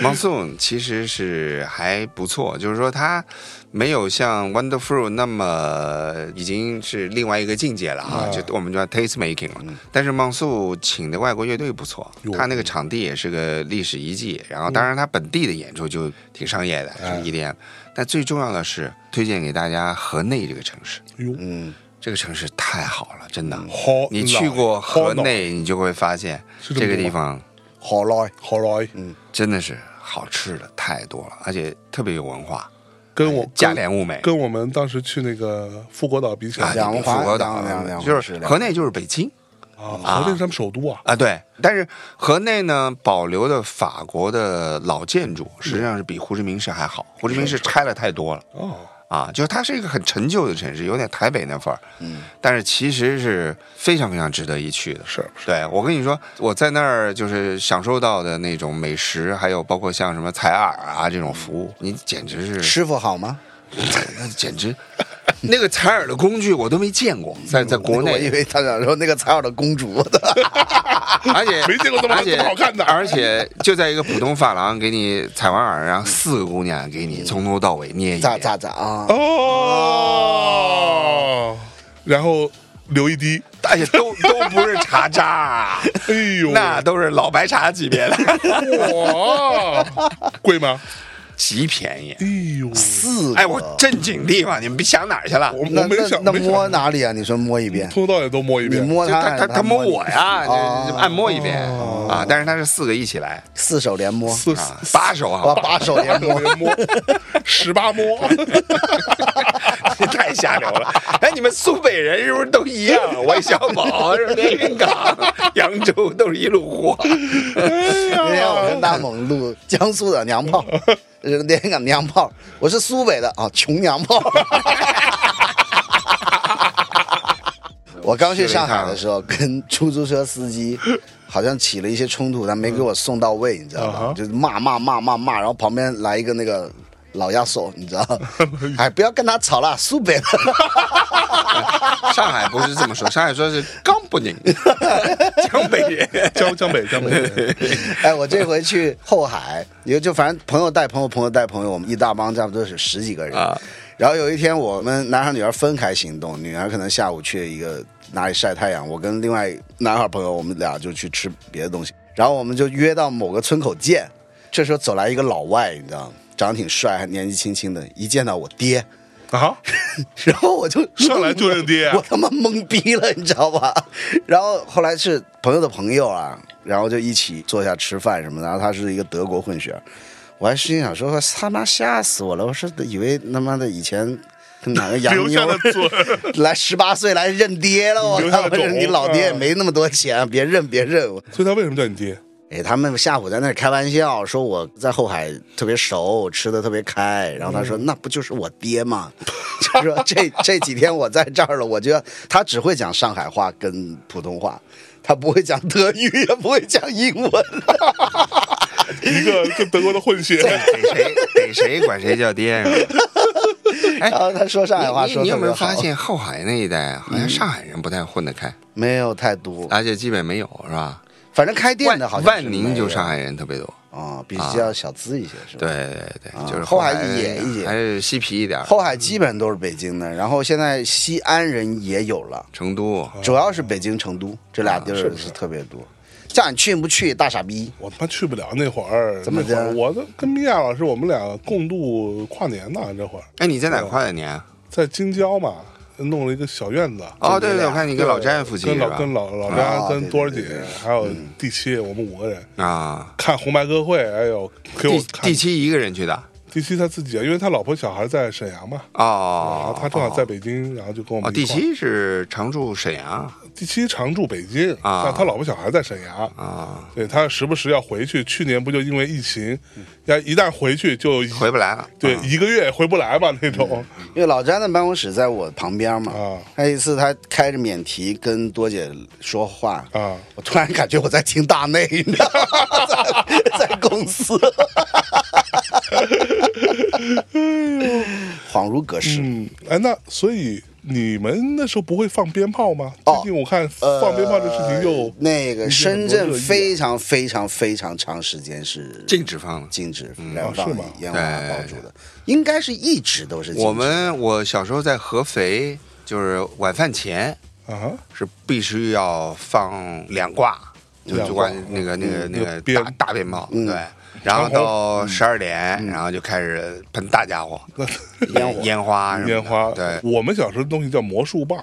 Monsoon 其实是还不错，就是说它没有像 Wonderful 那么已经是另外一个境界了啊，啊嗯就我们叫 taste making 了。但是 Monsoon 请的外国乐队不错哟，嗯他那个场地也是个历史遗迹，然后当然他本地的演出就挺商业的，是哎 EDM。但最重要的是，推荐给大家河内这个城市，哟，嗯，这个城市太好了，真的。嗯好，你去过河内，你就会发现是这么这个多地吗方好耐，好来，真的是好吃的太多了，而且特别有文化，跟我价廉物美。跟我们当时去那个富国岛比起来啊，两这个环富国两两两岛环就是是两河内就是北京啊，河内是咱们首都啊，啊，对。但是河内呢，保留的法国的老建筑，实际上是比胡志明市还好。胡志明市拆了太多了哦，啊，就是它是一个很陈旧的城市，有点台北那范儿。嗯，但是其实是非常非常值得一去的。是啊对我跟你说，我在那儿就是享受到的那种美食，还有包括像什么采耳啊这种服务，你简直是师傅好吗？那简直，那个采耳的工具我都没见过，在在国我以内，为他想说那个采耳的公主的，而且没见过这么而且这么好看的而且就在一个普通发廊给你采完耳，然后四个姑娘给你从头到尾捏一咋遍，咋咋啊？哦，然后流一滴，而且都都不是茶渣，哎呦，那都是老白茶级别的，哇，贵吗？极便宜哎。呦，四个，哎，我正经地方，你们想哪儿去了我？那我没那想，那没想摸哪里啊？你说摸一遍，从头到尾都摸一你遍，摸就他他他他摸摸你我呀，哦就就按摩一遍啊！但是他是四个一起来四手连摸，四啊，八手哇，好吧，八手连摸， 摸，十八摸，这 太下流了！哎，你们苏北人是不是都一样？啊韦小宝、是连云港、扬州都是一路货。那哎天我跟呀，大猛录江苏的娘炮，呃连云港娘炮，我是苏北的啊，穷娘炮。 我刚去上海的时候，跟出租车司机好像起了一些冲突，他没给我送到位，你知道嗯啊吧哈？就是骂骂骂骂骂，然后旁边来一个那个老亚索，你知道？哎，不要跟他吵了，苏北的。上海不是这么说，上海说是江不宁， 江北人。江江北江北， 哎，我这回去后海，也就反正朋友带朋友，朋友带朋友，我们一大帮，差不多是十几个人。啊然后有一天，我们男孩女孩分开行动，女孩可能下午去一个哪里晒太阳，我跟另外男孩朋友，我们俩就去吃别的东西。然后我们就约到某个村口见。这时候走来一个老外，你知道吗？长得挺帅，还年纪轻轻的，一见到我爹，啊， 然后我就上来就认爹啊我他妈懵逼了，你知道吧？然后后来是朋友的朋友啊，然后就一起坐下吃饭什么的。然后他是一个德国混血，我还心想说他妈吓死我了，我是以为他妈的以前。跟哪个洋 留妞下的嘴来十八岁来认爹了，我留下操！的我说 种你老爹也嗯没那么多钱，别认别认。 所以他为什么叫你爹？哎，他们下午在那儿开玩笑，说我在后海特别熟，吃的特别开。然后他说：“嗯那不就是我爹吗？” 就说这这几天我在这儿了，我就要他只会讲上海话跟普通话，他不会讲德语，也不会讲英 文。 一个跟德国的混血，逮谁逮谁管谁叫爹是 吧？哎然后他说上海话你说你有特没别有好嗯发，现后海那一带好像上海人不太混得开，没有太多，而且基本没有是吧？反正开店万的好像是万宁没有就上海人特别多，啊，比较小资一些是吧？对对对，啊就是后海海野一野还是嬉皮一点儿。后海基本都是北京的，然后现在西安人也有了，成都，主要是北京、成都这俩地啊是儿不是是特别多。叫你去不去，大傻逼！ 我他妈去不了那会儿，怎么那会儿的我都跟米娅老师我们俩共度跨年呢，这会儿哎，你在哪儿跨的年？在京郊嘛，弄了一个小院子。哦，对你对，俩我看你跟老詹夫妻跟是老吧？哦跟老老张、啊跟对多儿对姐对对还有嗯第七，我们五个人啊，看红白歌会，哎呦，给第我看第七一个人去的第七他自己，啊因为他老婆小孩在沈阳嘛，然哦后，他正好在北京，然后就跟我哦，们第一块儿七是常驻沈阳第七常住北京，啊但他老婆小孩在沈阳，啊，对他时不时要回去。去年不就因为疫情，要一旦回去就一回不来了。对啊一个月也回不来吧那种因为老詹的办公室在我旁边嘛。啊那一次他开着免提跟多姐说话，啊，我突然感觉我在听大内，你知道吗？在在公司，恍如隔世。嗯，哎，那所以你们那时候不会放鞭炮吗？哦最近我看放鞭炮这事情又呃那个引起很深多圳热议啊非常非常非常长时间是禁止放了。禁止燃哦放是吗烟花爆竹的，应该是一直都是禁止。我们我小时候在合肥，就是晚饭前啊，是必须要放两挂，就两就挂挂那个那个嗯那个鞭大大鞭炮，嗯对。然后长虹到十二点，然后就开始喷大家伙，那 烟烟花什么的，嗯烟花。对我们小时候的东西叫魔术棒，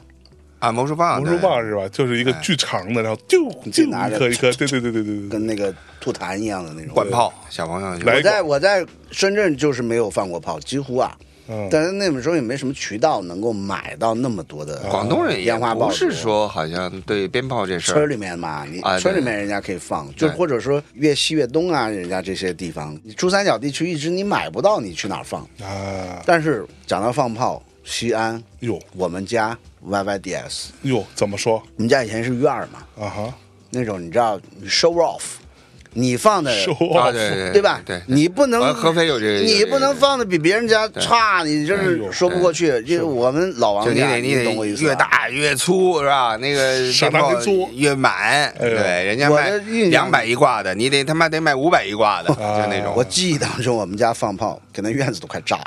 啊，魔术棒，魔术对棒是吧？就是一个巨长的，然后就就拿一着颗一颗，对对对对对对。跟那个吐痰一样的那种管炮，小朋友就来我在我在深圳就是没有放过炮，几乎啊，嗯，但是那个时候也没什么渠道能够买到那么多啊的。广东人也呃烟花爆不竹是说好像对鞭炮这事村儿里面嘛，你啊对村里面人家可以放，就对或者说越西越东啊，人家这些地方，你珠三角地区一直你买不到，你去哪儿放？啊，但是讲到放炮，西安哟我们家 YYDS，哟，怎么说我们家以前是院儿嘛，啊哈？那种你知道你 show off，你放的收啊，获对对对吧？对，你不能我合肥有这个，有你这个不能，放的比别人家差，你这哎呦是说不过去。就是我们老王就你家，得你懂我意得思吧越。大越粗是吧？那个傻鞭大炮黑粗越满，哎呦对，人家我卖的印象啊两百一挂的，你得他妈得买五百一挂 的，就那种我。记忆当中，我们家放炮，给那院子都快炸了，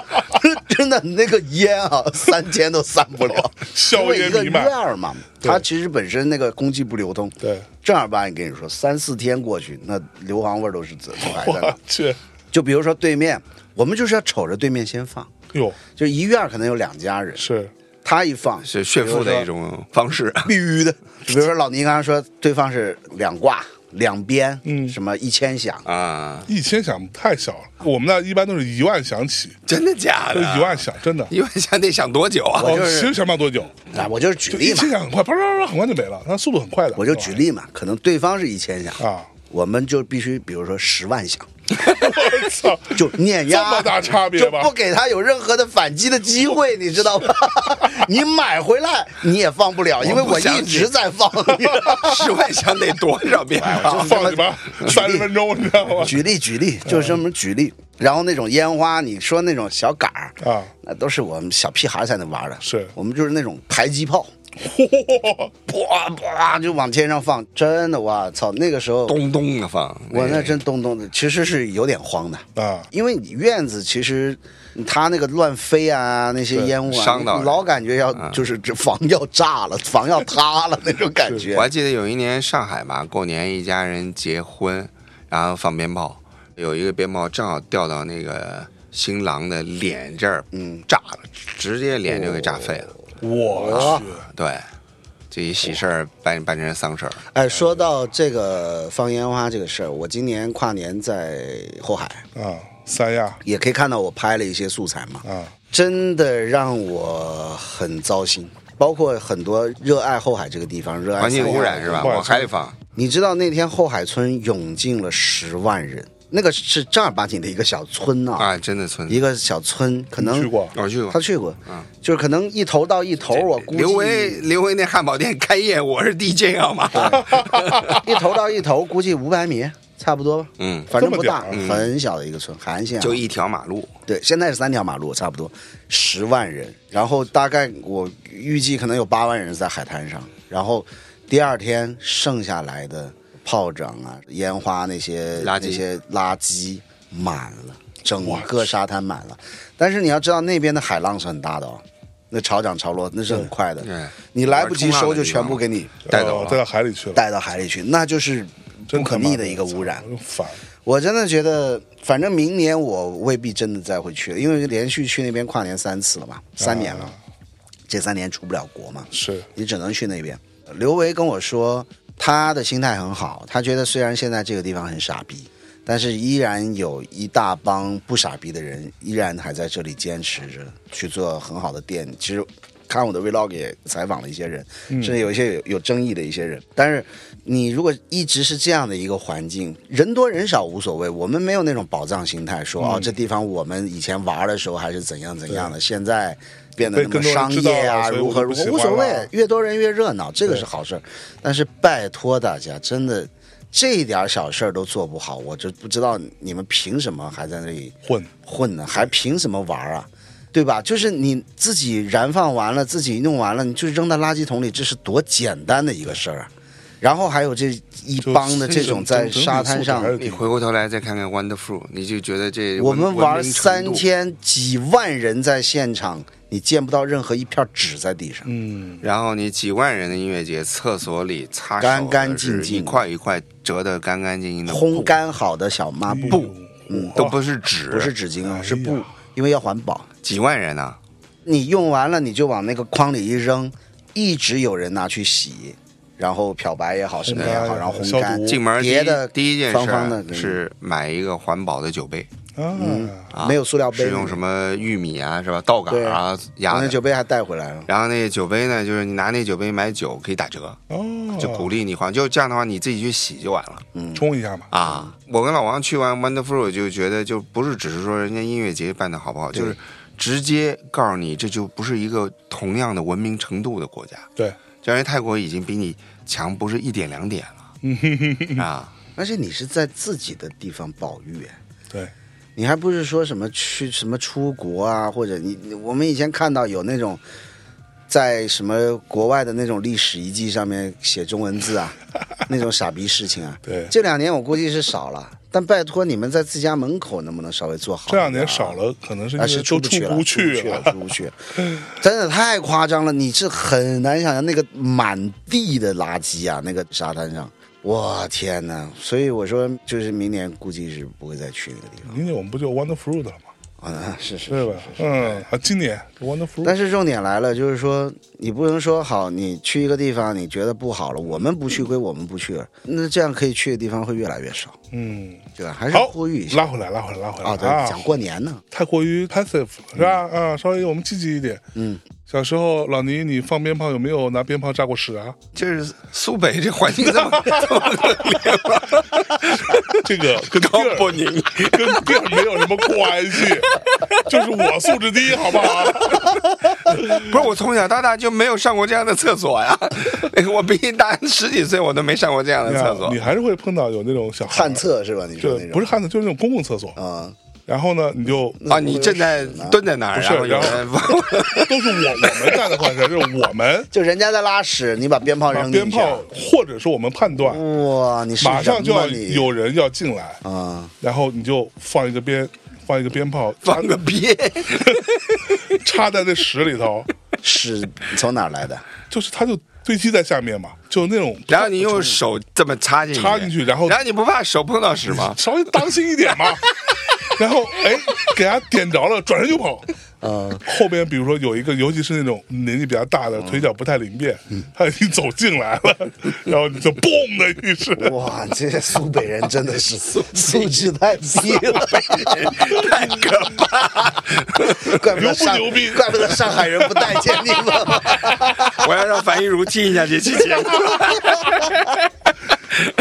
真的那个烟啊， 三千都散不了，硝因为烟一个弥院漫儿嘛，对它其实本身那个空气不流通，对，正儿八经跟你说，三四天过去，那硫磺味儿都是怎么来我 的？去，就比如说对面，我们就是要瞅着对面先放，哟，就一院儿可能有两家人，是他一放是炫富的一种方式，必须的。比如说老倪刚刚说对方是两挂两边，嗯什么一千响， 啊，一千响太小了，我们那一般都是一万响起，真的假都的？一万响，真的。一万想得想多久啊？ 哦，哎就是其实想不了多久，啊，我就是举就例一嘛，千响很快，啪啪啪啪，很快就没了，那速度很快的。我就举例嘛，可能对方是一千响，啊，我们就必须比如说十万响，我操，就碾 这压，么大差别就吗不？给他有任何的反击的机会，你知道吗？ 你买回来你也放不了，因为我不我相一直信在 放。你知道吗十万想得多少遍哎就啊？放你妈三十分钟，你知道吗？ 举例举例，嗯就是这么举例。然后那种烟花，你说那种小杆儿，啊，那都是我们小屁孩儿才能玩的。是我们就是那种迫击炮，嚯，啪啪就往天上放，真的哇操！那个时候咚咚的放，哎我那真咚咚的，其实是有点慌的。啊，因为你院子其实，它那个乱飞啊，那些对烟雾啊，伤到你人老感觉要、嗯就是这房要炸了， 房要塌了那种感觉我。还记得有一年上海吧，过年一家人结婚，然后放鞭炮，有一个鞭炮正好掉到那个新郎的脸这儿，嗯，哦炸了，直接脸就给炸废了。我去，对，这一喜事儿办办成丧事儿，哎，说到这个放烟花这个事儿，我今年跨年在后海，啊，三亚也可以看到我拍了一些素材嘛，啊，真的让我很糟心。包括很多热爱后海这个地方，热爱环境哎三亚污染是吧？不好意思往海里放，你知道那天后海村涌进了十万人，那个是正儿八经的一个小村啊，啊，真的村一个小村，可能你去过我去过嗯他。去过，就是可能一头到一头，我估计刘维，刘维那汉堡店开业，我是 DJ 好吗？一头到一头，估计五百米差不多吧，嗯反正不大这么，点儿很小的一个村，韩县 啊就一条马路，对，现在是三条马路，差不多十万人，然后大概我预计可能有八万人在海滩上，然后第二天剩下来的炮仗啊、烟花那些垃圾那些垃圾满了，整个沙滩满了。但是你要知道，那边的海浪是很大的哦，那潮涨潮落那是很快的，嗯对你来不及收就玩冲浪的地方全部给你带走哦带了，到海里去了，带到海里去，那就是真不可他妈逆的一个污染。我就烦。我真的觉得，反正明年我未必真的再会去了，因为连续去那边跨年三次了嘛，三年了，啊这三年出不了国嘛，是你只能去那边。刘维跟我说，他的心态很好，他觉得虽然现在这个地方很傻逼，但是依然有一大帮不傻逼的人，依然还在这里坚持着去做很好的店。其实看我的 vlog 也采访了一些人，嗯甚至有一些有有争议的一些人。但是你如果一直是这样的一个环境，人多人少无所谓，我们没有那种宝藏心态，说、嗯哦这地方我们以前玩的时候还是怎样怎样的，现在变得被那么更多人商知道业了啊，所以如我何就不如何喜无欢所谓了，越多人越热闹，这个是好事儿。但是拜托大家，真的这一点小事儿都做不好，我就不知道你们凭什么还在那里混，混呢？还凭什么玩啊？对吧？就是你自己燃放完了，自己弄完了，你就扔到垃圾桶里，这是多简单的一个事儿啊！然后还有这一帮的这种在沙滩上就，是你回过头来再看看 Wonderful，你就觉得这我文们玩文明程三度天，几万人在现场，你见不到任何一片纸在地上。嗯，然后你几万人的音乐节，厕所里擦手干干的是净净一块一块折得干干净净的烘布，干好的小抹布，啊嗯，都不是纸，不是纸巾哎啊，呀是布，因为要环保。几万人啊，你用完了你就往那个筐里一扔，一直有人拿去洗，然后漂白也好，什么也好，哎呀然后烘消干毒。进门第别一的第一件方事方的儿是买一个环保的酒杯，啊，啊没有塑料杯，是用什么玉米啊，是吧？稻杆儿啊我压那的。酒杯还带回来了。然后那个酒杯呢，就是你拿那酒杯买酒可以打折，哦，就鼓励你还。就这样的话，你自己去洗就完了嗯冲一下嘛，啊。我跟老王去完 Wonderful 就觉得，就不是只是说人家音乐节办的好不好，对就是直接告诉你，这就不是一个同样的文明程度的国家。对，就人家泰国已经比你强不是一点两点 了啊。而且你是在自己的地方保育，哎对，你还不是说什么去什么出国啊，或者你我们以前看到有那种。在什么国外的那种历史遗迹上面写中文字 啊，那种傻逼事情啊，对这两年我估计是少了，但拜托你们在自家门口能不能稍微做好一这点啊？两年少了，可能是因啊，为是都不去了，不啊去啊了， 出不去了，真的太夸张了！你是很难想象那个满地的垃圾啊，那个沙滩上，我天哪！所以我说，就是明年估计是不会再去那个地明年我们不就 Wonder Fruit 了吗？方啊，是是对是吧。？嗯，啊，今年 Wonder Fruit，但是重点来了，就是说你不能说好，你去一个地方你觉得不好了，我们不去归我们不去了，那这样可以去的地方会越来越少，嗯，对吧？还是好呼吁一，下拉回来，拉回来，拉回来啊，对，讲过年呢，太过于 passive 是吧？啊，稍微我们积极一点。嗯，小时候老倪，你放鞭炮有没有拿鞭炮炸过屎啊？ 就是苏北这环境这么这么恶劣吗？这个跟地高儿不宁， 跟地儿没有什么关 系，就是我素质低，好不好？不是我从小到大就没有上过这样的厕所呀。 我比你大十几岁，我都没上过这样的厕所你。还是会碰到有那种小孩旱，厕是吧？你就说那种不是旱厕，就是那种公共厕所。啊。然后呢，你就啊，你正在蹲在那儿，不是然后有人往 都是我我们干的坏事，就是我们就人家在拉屎，你把鞭炮把扔进鞭去，炮，或者是我们判断哇，你是马上就要人吗你有人要进来，啊，然后你就放一个鞭，放一个鞭炮，放个屁，插在那屎里头，屎从哪儿来的？就是它就堆积在下面嘛，就那种然后你用手这么插进去，插进去然后然后你不怕手碰到屎吗？ 稍微当心一点嘛。 然后哎，给他点着了，转身就跑。呃，后边比如说有一个，尤其是那种年纪比较大啊的，腿脚不太灵便，嗯他已经走进来了，然后你就嘣的一声，哇，这些苏北人真的是素质太低了，太可怕！怪不得上牛不牛逼怪不得上海人不待见你 们。我要让樊一茹听一下这期节目。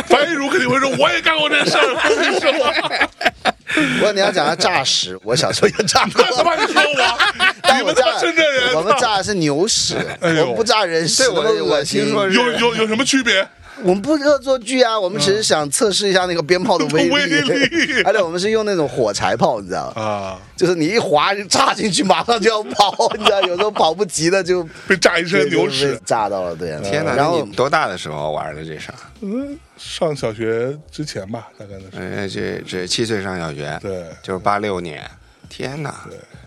樊一茹肯定会说我也干过这事儿，跟你说，不过你要讲到炸屎，我小时候也炸过。他妈你说我， 但你我们炸他妈深圳人，我们炸的是牛屎，哎呦我们不炸人屎。对我那么恶我心听说有有有什么区别？我们不恶作剧啊，我们只是想测试一下那个鞭炮的威嗯 威力而且我们是用那种火柴炮，你知道吗？啊，就是你一滑就插进去，马上就要跑，你知道，有时候跑不及的就被炸一身牛就屎被。炸到了，对啊。天哪！然那后你多大的时候玩的这事儿？嗯，上小学之前吧，大概那是。呃，这这七岁上小学，对就是八六年。天哪，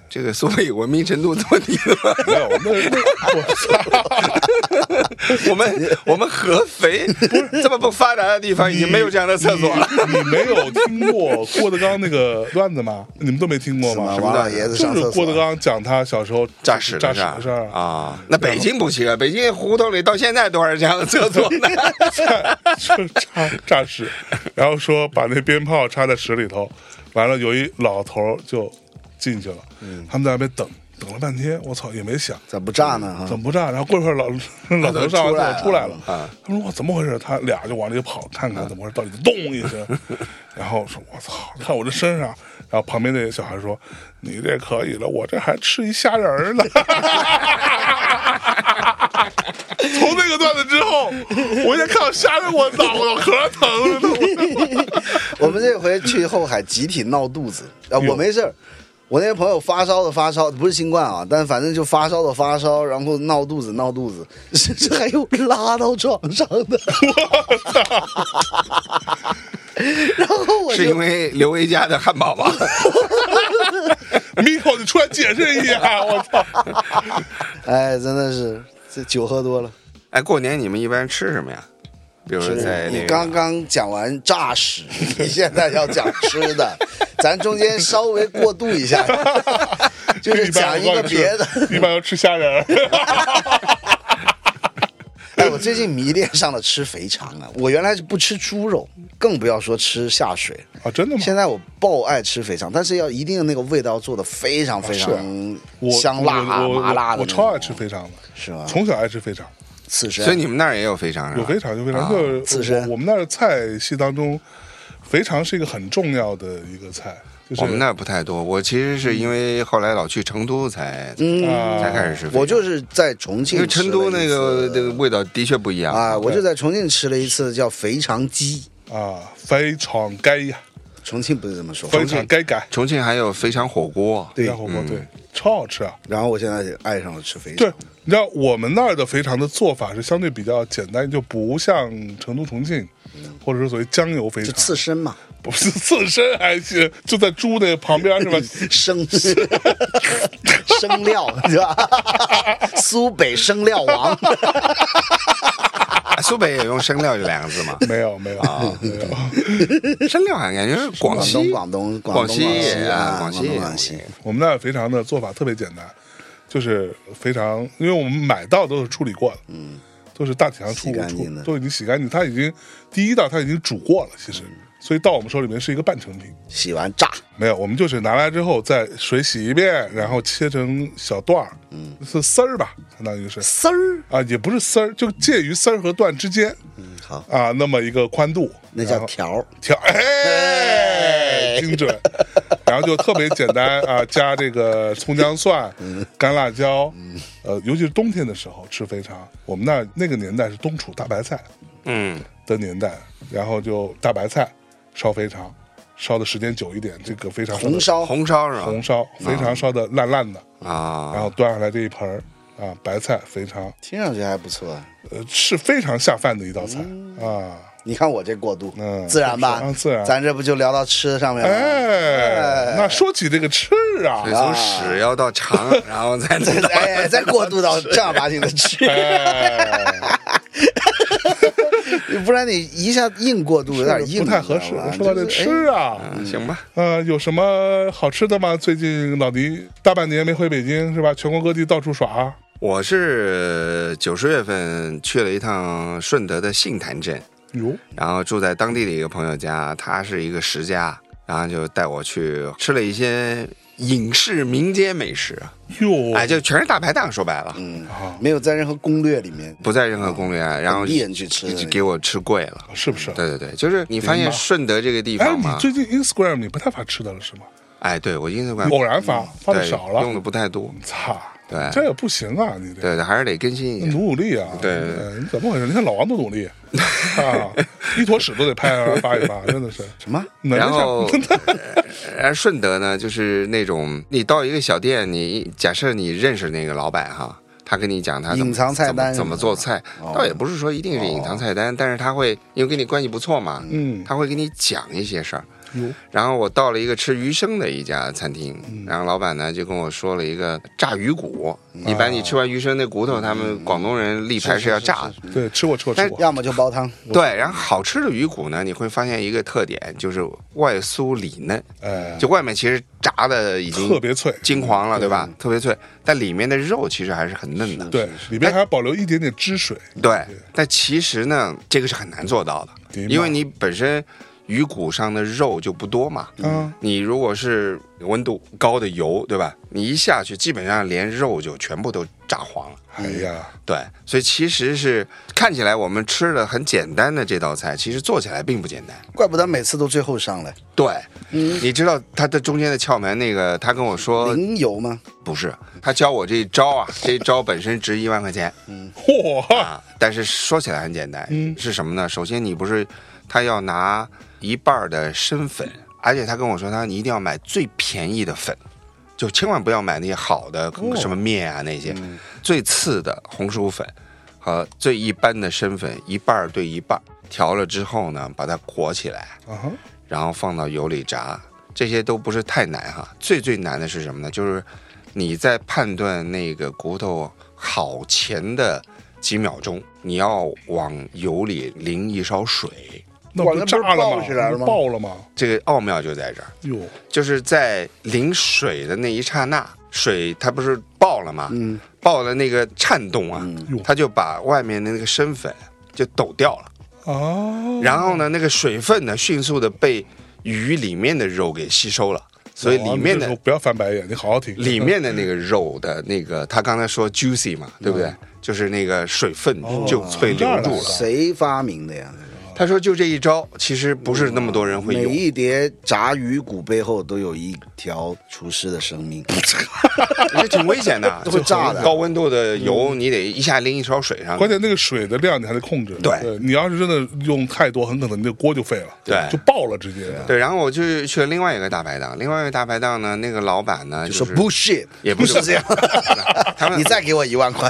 这个苏北文明程度这么低没吗？有，那那我操！我们我们合肥 这么不发达的地方，已经没有这样的厕所了。你你没有听过郭德纲那个段子吗？你们都没听过吗？王老爷子就上是厕郭所德，纲讲他小时候诈屎诈的屎事的事儿 儿，啊！那北京不行啊，北京胡同里到现在都是这样的厕所呢。就炸炸屎，然后说把那鞭炮插在屎里头，完了有一老头儿就进去了，他们在那边等等了半天，我操也没响。咋不炸呢？哈嗯怎么不炸？然后过一会儿老嗯老头上完厕所出来了啊，他说我怎么回事？他俩就往里跑，看看怎么回事，到底咚一 声，然后说我操，看我这身上。然后旁边那个小孩说：“你这可以了，我这还吃一虾仁儿呢。” 从那个段子之后，我一看到虾仁，我脑脑壳疼了都。我们这回去后海集体闹肚子啊，我没事儿。我那个朋友发烧的发烧，不是新冠啊，但反正就发烧的发烧，然后闹肚子闹肚子，甚至还有拉到床上 的。 然后 我是就因为刘维家的汉堡吗？ Miko，你出来解释一下，我 操！哎，真的是这酒喝多了。哎，过年你们一般吃什么呀？比如说在那你个刚刚讲完诈屎， 你现在要讲吃的， 咱中间稍微过渡一下， 就是讲一个别的。一般要吃虾仁儿。 哎，我最近迷恋上了吃肥肠啊！我原来是不吃猪肉，更不要说吃下水。啊，真的吗？现在我爆爱吃肥肠，但是要一定那个味道做的非常非常是啊我香辣、啊我我我麻辣的那种。我超爱吃肥肠的，是吗从小爱吃肥肠，刺身。所以你们那儿也有肥肠是有吧？肥肠就肥肠，就是啊刺身我我们那儿菜系当中，肥肠是一个很重要的一个菜，就是我们那儿不太多。我其实是因为后来老去成都才啊才开始吃肥肠，嗯我就是在重庆因为吃了一成次，都那个那个味道的确不一样啊，我就在重庆吃了一次叫肥肠鸡，啊，肥肠该呀，重庆不是这么说。肥肠该改，重庆还有肥肠火锅，对然后我对超好吃啊，然后我现在也爱上了吃肥肠对。，你知道我们那儿的肥肠的做法是相对比较简单，就不像成都、重庆，或者说所谓酱油肥就肠，刺身嘛，不是刺身还行，就在猪那旁边是吧？？生 生料是吧？ 苏北生料王，啊苏北也用生料这两个字 吗没有没有啊没有，生料好像感觉是广广西东、广东、广东、广也啊，广广西也东、广西。我们那儿肥肠的做法特别简单，就是肥肠，因为我们买到都是处理过的，嗯，都是大体上处洗干处净的都已经洗干净，它已经第一道它已经煮过了，其实，嗯所以到我们手里面是一个半成品。洗完炸，没有，我们就是拿来之后再水洗一遍，然后切成小段儿，嗯，是丝儿吧，相当于是丝儿，啊，也不是丝儿，就介于丝儿和段之间嗯，好，啊，那么一个宽度，那然叫后条儿，调，哎，精准。然后就特别简单啊，加这个葱姜蒜、干辣椒，呃，尤其是冬天的时候吃肥肠。我们那儿那个年代是冬储大白菜嗯，的年代，然后就大白菜烧肥肠，烧的时间久一点，这个肥肠烧得红烧，红烧是吧？红烧肥肠烧的烂烂的，然啊，后端上来这一盆儿啊，白菜肥肠，听上去还不错。呃，是非常下饭的一道菜啊。你看我这过渡，嗯自然吧是啊，自然咱这不就聊到吃上面了？哎，那说起这个吃啊所以，从屎要到肠，然后再再到哎，再过渡到正儿八经的 吃，哎，不然你一下硬过渡有点硬，不太合适你知道吧。说到这就是哎吃啊，嗯行吧？呃，有什么好吃的吗？最近老倪大半年没回北京是吧？全国各地到处耍。啊我是九十月份去了一趟顺德的杏坛镇，哟，然后住在当地的一个朋友家，他是一个食家，然后就带我去吃了一些影视民间美食，哟，哎，就全是大排档，说白了，哎没有在任何攻略里面，不在任何攻略，嗯然后本地人去吃的就给我吃贵了。是不是？对对对，就是你发现顺德这个地哎，方你嘛，最近 Instagram 你不太发吃的了是吗？哎，对我 i n s 偶然发，发的对少了用。的不太多，操，对这也不行啊，你这对对，还是得更新一下。努努力啊！对对哎，你怎么回事？你看老王多努力啊，一坨屎都得拍啊，扒一扒，真的是什么？能然想 后，呃，顺德呢，就是那种你到一个小店，你假设你认识那个老板哈，他跟你讲他怎么隐藏菜单怎么怎么做菜，倒也不是说一定是隐藏菜单，但是他会因为跟你关系不错嘛，嗯他会跟你讲一些事儿。哟然后我到了一个吃鱼生的一家餐厅，然后老板呢就跟我说了一个炸鱼骨，一般你吃完鱼生那骨头，他们广东人立牌是要炸的。对，吃过吃过吃过，要么就煲汤，对，然后好吃的鱼骨呢，你会发现一个特点，就是外酥里嫩。哎，就外面其实炸的已经特别脆，嗯金黄了，对吧？特别脆，但里面的肉其实还是哎很嫩的。对，里边还保留一点点汁水，对，但其实呢，这个是很难做到的明，白因为你本身鱼骨上的肉就不多嘛。嗯，你如果是温度高的油，对吧？你一下去，基本上连肉就全部都炸黄了。哎呀，对，所以其实是看起来我们吃的很简单的这道菜，其实做起来并不简单。怪不得每次都最后上来对，嗯你知道它的中间的窍门，那个他跟我说，零油吗？不是，他教我这一招啊， 这一招本身值一万块钱嚯，啊，但是说起来很简单，嗯是什么呢？首先你不是他要拿一半儿的生粉，而且他跟我说，他说你一定要买最便宜的粉，就千万不要买那些好的哦嗯什么面啊那些，最次的红薯粉和最一般的生粉，一半儿对一半儿，调了之后呢，把它裹起来，啊哈，然后放到油里炸，这些都不是太难哈。最最难的是什么呢？就是你在判断那个骨头好前的几秒钟，你要往油里淋一勺水，那哇不那就不是炸了爆吗？起来了不吗爆了吗？这个奥妙就在这儿，哟，就是在淋水的那一刹那，水它不是爆了吗？爆了那个颤动啊，哟它就把外面的那个生粉就抖掉了。啊，然后呢，那个水分呢，迅速的被鱼里面的肉给吸收了，所以老王里面啊哦你这时的候不要翻白眼，你好好听，里面的那个肉的那个，他刚才说 juicy 嘛，对不对？就是那个水分哦就被留这住样了的。谁发明的呀？他说就这一招，其实不是那么多人会每用。一碟炸鱼骨背后都有一条厨师的 生命。哎这挺危险的，会炸的高温度的油，你得一下淋一勺水上去。关键那个水的量你还得控制，对你要是真的用太多，很可能你这锅就废了，对就爆了直接。对，然后我就去了另外一个大排档，另外一个大排档呢，那个老板呢，就就说是 bullshit，也不是是这样， 他们你再给我一 万块，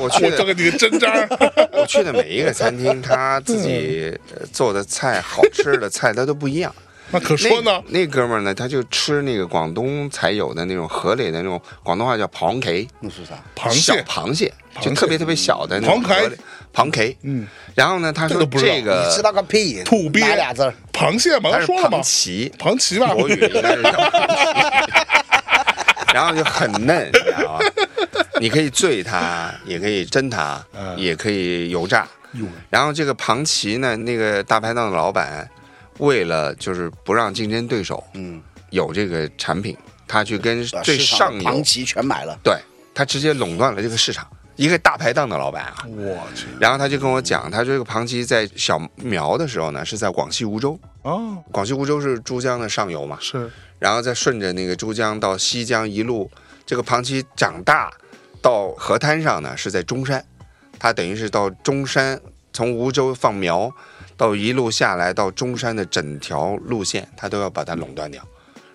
我去我的交给你个真章儿，我去的每一个餐厅，他自己呃做的菜、好吃的菜，他都不一样。 那可说呢。那那哥们儿呢，他就吃那个广东才有的那种河里的那种广东话叫螃蟹，那是啥？螃小蟹，螃蟹，蟹就特别特别小的那种螃蟹河里螃蟹。嗯，然后呢，他这说都不知道这 你个知道个屁！土鳖哪俩字儿？螃蟹嘛，他刚是说了嘛螃，蟹，螃蟹吧， 国语应该是叫螃蟹 然后就很嫩，你知道吧？你可以醉它，也可以蒸它，嗯也可以油炸。然后这个庞奇呢，那个大排档的老板，为了就是不让竞争对手，嗯，有这个产品，他去跟把最市场上游的庞，奇全买了，对他直接垄断了这个市场，一个大排档的老板啊。我去然后他就跟我讲，他这个庞奇在小苗的时候呢，是在广西梧州，啊，广西梧州是珠江的上游嘛，是然后再顺着那个珠江到西江一路，这个庞奇长大到河滩上呢是在中山，他等于是到中山，从梧州放苗到一路下来到中山的整条路线，他都要把它垄断掉。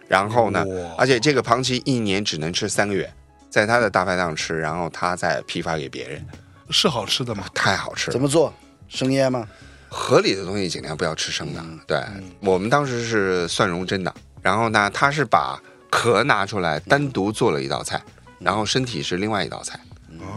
然后呢哇，而且这个庞奇一年只能吃三个月，在他的大排档吃，然后他再批发给别人，是好吃的嘛，太好吃了怎。么做？生腌吗？河里的东西尽量不要吃生的。对、我们当时是蒜蓉蒸的，然后呢，他是把壳拿出来单独做了一道菜，然后身体是另外一道菜，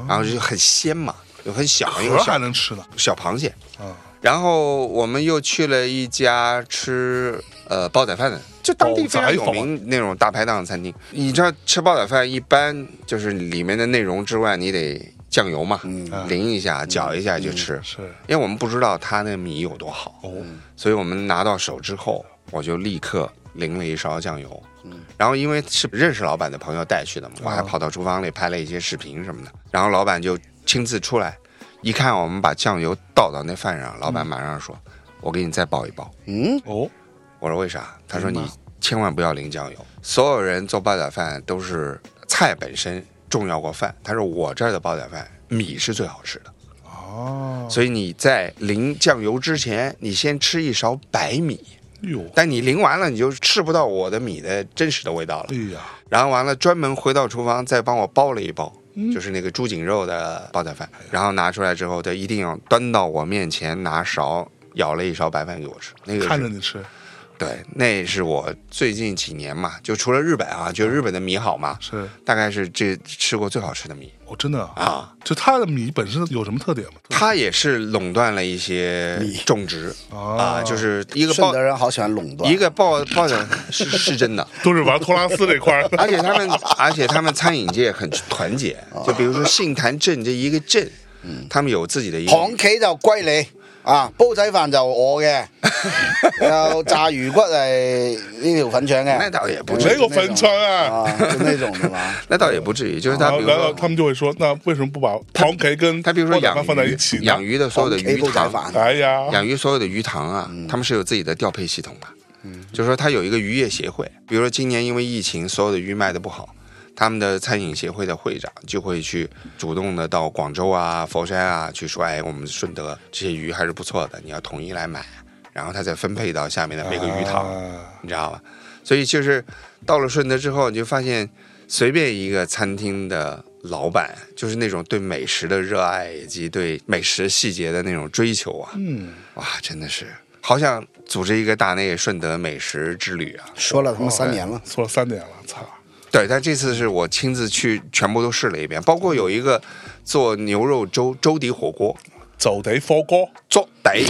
然后就很鲜嘛，又很小，又壳还小能吃呢小螃蟹。啊，然后我们又去了一家吃呃煲仔饭的，就当地非常有名那种大排档的餐厅。你知道吃煲仔饭一般就是里面的内容之外，你得酱油嘛，淋一下、搅一下就吃。是因为我们不知道它那米有多好，哦，所以我们拿到手之后，我就立刻淋了一勺酱油。然后因为是认识老板的朋友带去的嘛，我还跑到厨房里拍了一些视频什么的。然后老板就亲自出来，一看哦我们把酱油倒到那饭上，老板马上说：“我给你再爆一爆。嗯，哦，”我说：“为啥？”他说：“你千万不要淋酱油。所有人做煲仔饭都是菜本身重要过饭，他说我这儿的煲仔饭米是最好吃的，哦，所以你在淋酱油之前，你先吃一勺白米，哟，但你淋完了你就吃不到我的米的真实的味道了哎。呀，然后完了，专门回到厨房再帮我包了一包，嗯就是那个猪颈肉的煲仔饭。然后拿出来之后，他一定要端到我面前，拿勺舀了一勺白饭给我吃。那个看是着你吃，对，那是我最近几年嘛，就除了日本啊，觉得日本的米好嘛，是大概是这吃过最好吃的米我真的啊，啊。就它的米本身有什么特点吗？它也是垄断了一些种植哦啊，就是一个顺爆德人好喜欢垄断一。个爆爆的是是真 的。都是玩托拉斯这块儿的，而且 他们，而且他们餐饮界很团结，就比如说杏坛镇这一个镇，他们有自己的一个行企就歸你啊，煲仔飯就 我嘅，有炸魚骨係呢條粉腸那嘅，倒也不至没于，有分成啊。啊，就那種的嘛。那倒也不至于，就是他然后，比如然后说哦他们就会说，那为什么不把螃蟹跟他比如说煲仔养饭放在一起鱼，呢？养鱼的所有的鱼煲仔塘，飯，哎呀，养鱼所有的鱼塘啊，他们是有自己的调配系统的，就是说他有一个渔业协会，比如说今年因为疫情，所有的鱼卖的不好。他们的餐饮协会的会长就会去主动的到广州啊、佛山啊去说，哎，我们顺德这些鱼还是不错的，你要统一来买，啊然后他再分配到下面的每个鱼塘，啊你知道吧？所以就是到了顺德之后，你就发现随便一个餐厅的老板，就是那种对美食的热爱以及对美食细节的那种追求啊，嗯，哇，真的是好想组织一个大内顺德美食之旅啊！說了他媽三年了，错了三点了，操！对，但这次是我亲自去全部都试了一遍，包括有一个做牛肉粥粥底火锅，走得火锅，做底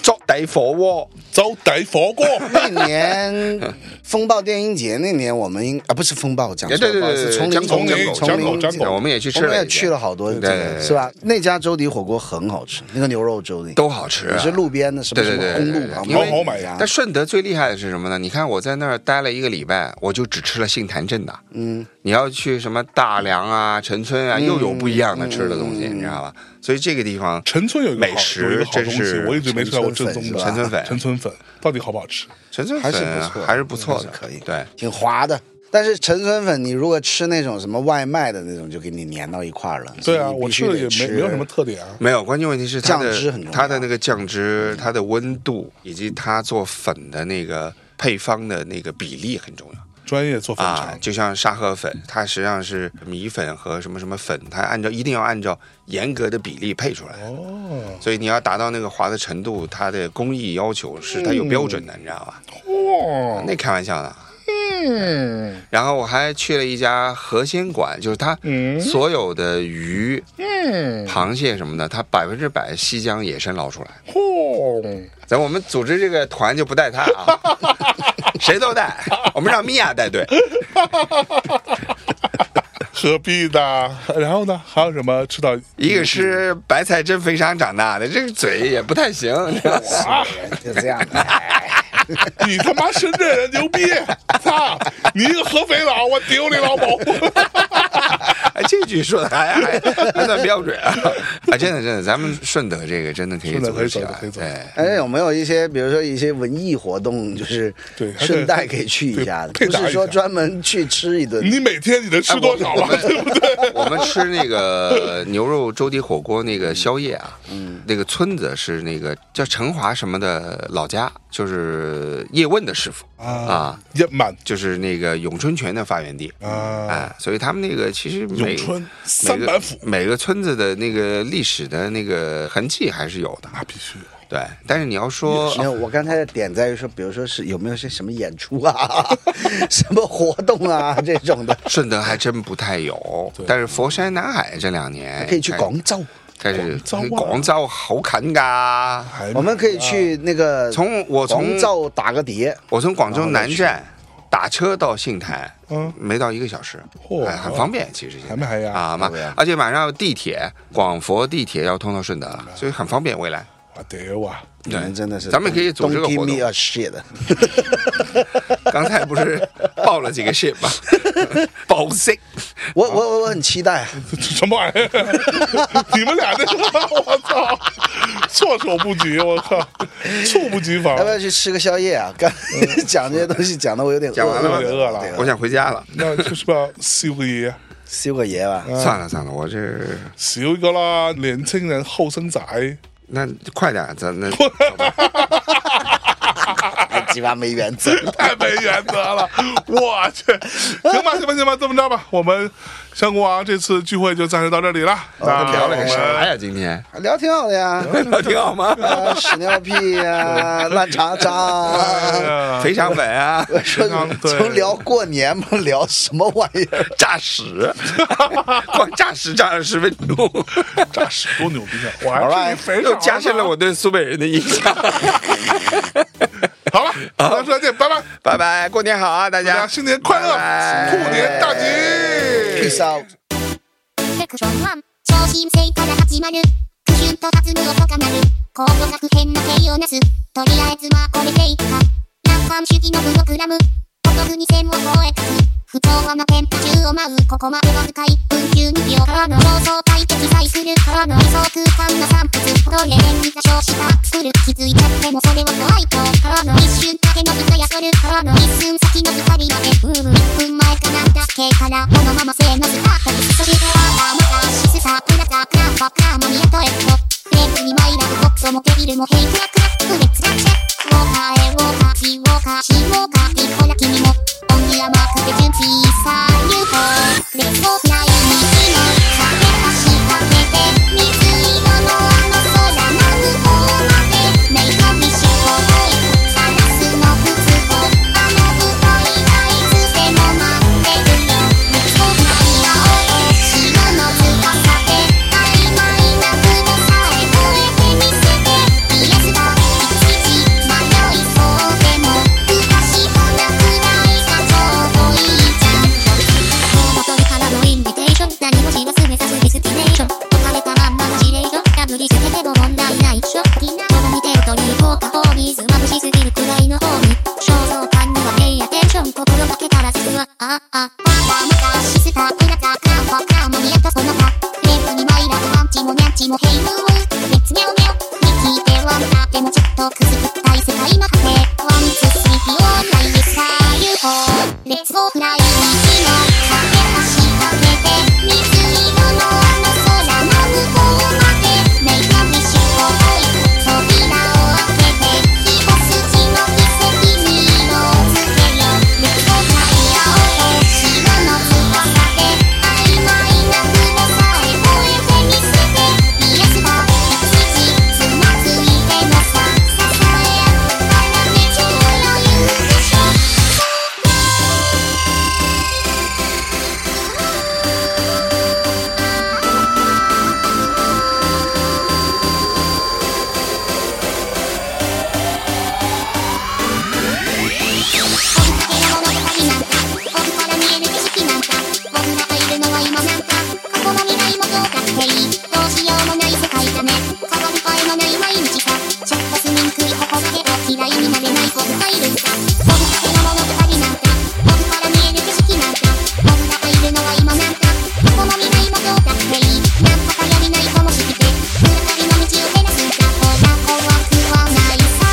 做底火锅，走得火锅， 那年风暴电音节那年，我们应啊不是风暴，讲错哎对对了不好对意思，对丛林江口丛林江口江口丛林江口我们也去我吃们了也一遍，去了好多对对次，对是吧？那家粥底火锅很好吃，那个牛肉粥底都好吃、也啊是。路边的，什么对什对么对公对路对旁因边为哎的一家，好买呀啊但顺德最厉害的是什么呢？你看我在那儿待了一个礼拜，我就只吃了杏坛镇的。嗯，你要去什么大良啊、陈村嗯啊，又有不一样的吃的东西，你知道吧？所以这个地方陈村有一个好美有一食个好真东西是，我一直没吃到过正宗的陈村粉陈村粉到底好不好吃？陈村啊还粉是不错，还是不错的，还是可以，对，挺滑的。但是陈村粉，你如果吃那种什么外卖的那种，就给你粘到一块儿了。对啊，所以你我必须吃了也得吃没没有什么特点啊。没有，关键问题是它的酱汁很重要它的那个酱嗯汁、它的温度以及它做粉的那个配方的那个比例很重要。专业做粉啊，肠，嗯就像沙河粉，它实际上是米粉和什么什么粉，它按照一定要按照严格的比例配出来。哦，所以你要达到那个滑的程度，它的工艺要求是它有标准嗯的，你知道吧？哇，那开玩笑的。嗯。然后我还去了一家河鲜馆，就是它嗯所有的鱼、嗯、螃蟹什么的，它百分之百西江野生捞出来。嚯，咱我们组织这个团就不带他 啊，谁都带，我们让米娅带队。何必呢？ 然后呢？还有什么吃到一个吃白菜蒸肥肠长大的，这个嘴也不太 行。啊？就这样的。你他妈深圳人牛逼！操，你一个合肥佬，我丢你老 母！哎这句说的还还还算标准啊！啊，真的真的，咱们顺德这个真的可以顺德组可以织起走的来可以。走的对，哎，有没有一些，比如说一些文艺活动，就是对还得顺带可以去一下的，对不是说配搭一下专门去吃一顿。你每天你能吃多哎少吧？对不对？我们吃那个牛肉粥底火锅那嗯个宵夜啊，那个村子是那个叫成华什么的老家，就是叶问的师傅啊，也满就是那个咏春拳的发源地。啊，哎，所以他们那个其实每咏春每三个板斧每个村子的那个历史的那个痕迹还是有的，那必须有。对。但是你要说没有，我刚才的点在于说，比如说是有没有些什么演出啊、 什么活动啊这种的，顺德还真不太有，但是佛山、南海这两年可以去哎开广州，开始广州啊广州好啃噶。还我们可以去啊那个从我从广州打个碟，我从广州南站打车到杏坛，嗯没到一个小时，嚯哎很方便。其实现在还没还呀啊嘛对呀，而且马上要地铁，广佛地铁要通到顺德了，嗯所以很方便未来。我丢啊！你们真的是咱们可以组织个 Don't give 活动 me a shit 刚才不是报了几个 ship 吗？ 报 s 我我我我很期待啊，什么玩意儿？ 你们俩这个，我操，措手不及，我靠，猝不及防要。不要去吃个宵夜啊？刚 讲这些东西讲的我有点饿讲完了吗有点饿了我想回家了。那就是不是要西湖爷？修个爷 吧，嗯算了算了，我这少噶啦，年青人後生仔，那快点，咱那鸡巴没原则。太没原则了，我去，行吧行吧行吧，这么着吧，我们香菇王这次聚会就暂时到这里了，那聊了个我们啥呀？今 天聊挺好的呀，聊 挺好吗？ 啊屎尿屁呀，烂茶渣啊。 哎呀肥肠粉啊，我说对从聊过年嘛，聊什么玩意儿？炸 屎，光炸屎炸了十分钟，炸屎多牛逼啊！我还 Alright，是肥又肠加深了我对苏北人的印象。好了，那说再见，拜拜，拜拜，过年好啊，大大家家！新年快乐，拜拜兔年大吉 Peace。out。セクション1超新星から始まるクシュンと弾む音が鳴る高度作編の形をなすとりあえずまあこれでいっか楽観主義のプログラム孤独に線を越えかつ不調和のテンプ中を舞うここまでわずか1分12秒からの妄想解決再するからの理想空間の散発ほどレンに座礁した作る気づいちゃってもそれは怖いとからの一瞬だけの歌やそるからの一瞬先の光までうーん1分前かなんだっけからこのまませーのスタートですそしてはまたシスタープラザークラファクラーマニアトエットレンズにマイラブボックソもデビルもヘイクラクラックレッツラッシャウォーカーへウォーカーシーウォーカーシーウォーカーピッコラ君もオンギアマークで準備さあ言うとレッツゴーフライにしないさて星かけて水色のあの空南方までメイクアップしようい探すの靴とあの太いがいつでも待ってるよレッツゴーフライが青い白の翼で曖昧な雲さえ越えてみせて癒すが一時迷いそうでも不確かなくらいがちょうどいいじゃん大ボトルからのインビテーション何もし忘れさせディスティネーション置かれたまんまの指令書かぶり捨てても問題ないっしょみんなどう見てるという効果法水眩しすぎるくらいの方に肖像感にはペイアテンション心がけたらすはああまだまだシスタープラザーカーファカーマニアとその他レープにマイラブワンチもニャンチもヘイムーレッツミャオミャオに聞いてワンタでもちょっとくすぐったい世界の果てワンツースリーオーライでさあ UFO レッツゴーフライにしよう駆け足かけて水色のあの空の向こうまでメイクアップしよう扉を開けて一筋の奇跡に色をつけようレッツゴーフライ青と白の翼で曖昧な雲さえ越えてみせて癒すが一時つまずいてもさ支え合ったらめちゃ余裕でしょ僕だけの物語なんだ僕から見える景色なんだ僕らがいるのは今なんだ過去も未来もどうだっていいどうしようもない世界だね変わり替えのない毎日さちょっと住みにくいここだけど嫌いになれない僕がいるんだ僕だけの物語なんだ僕から見える景色なんだ僕らがいるのは今なんだ過去も未来もどうだっていいなんとかやりないともして暗がりの道を照らすんだほら怖くはないさ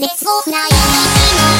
レッツゴーフライにしよう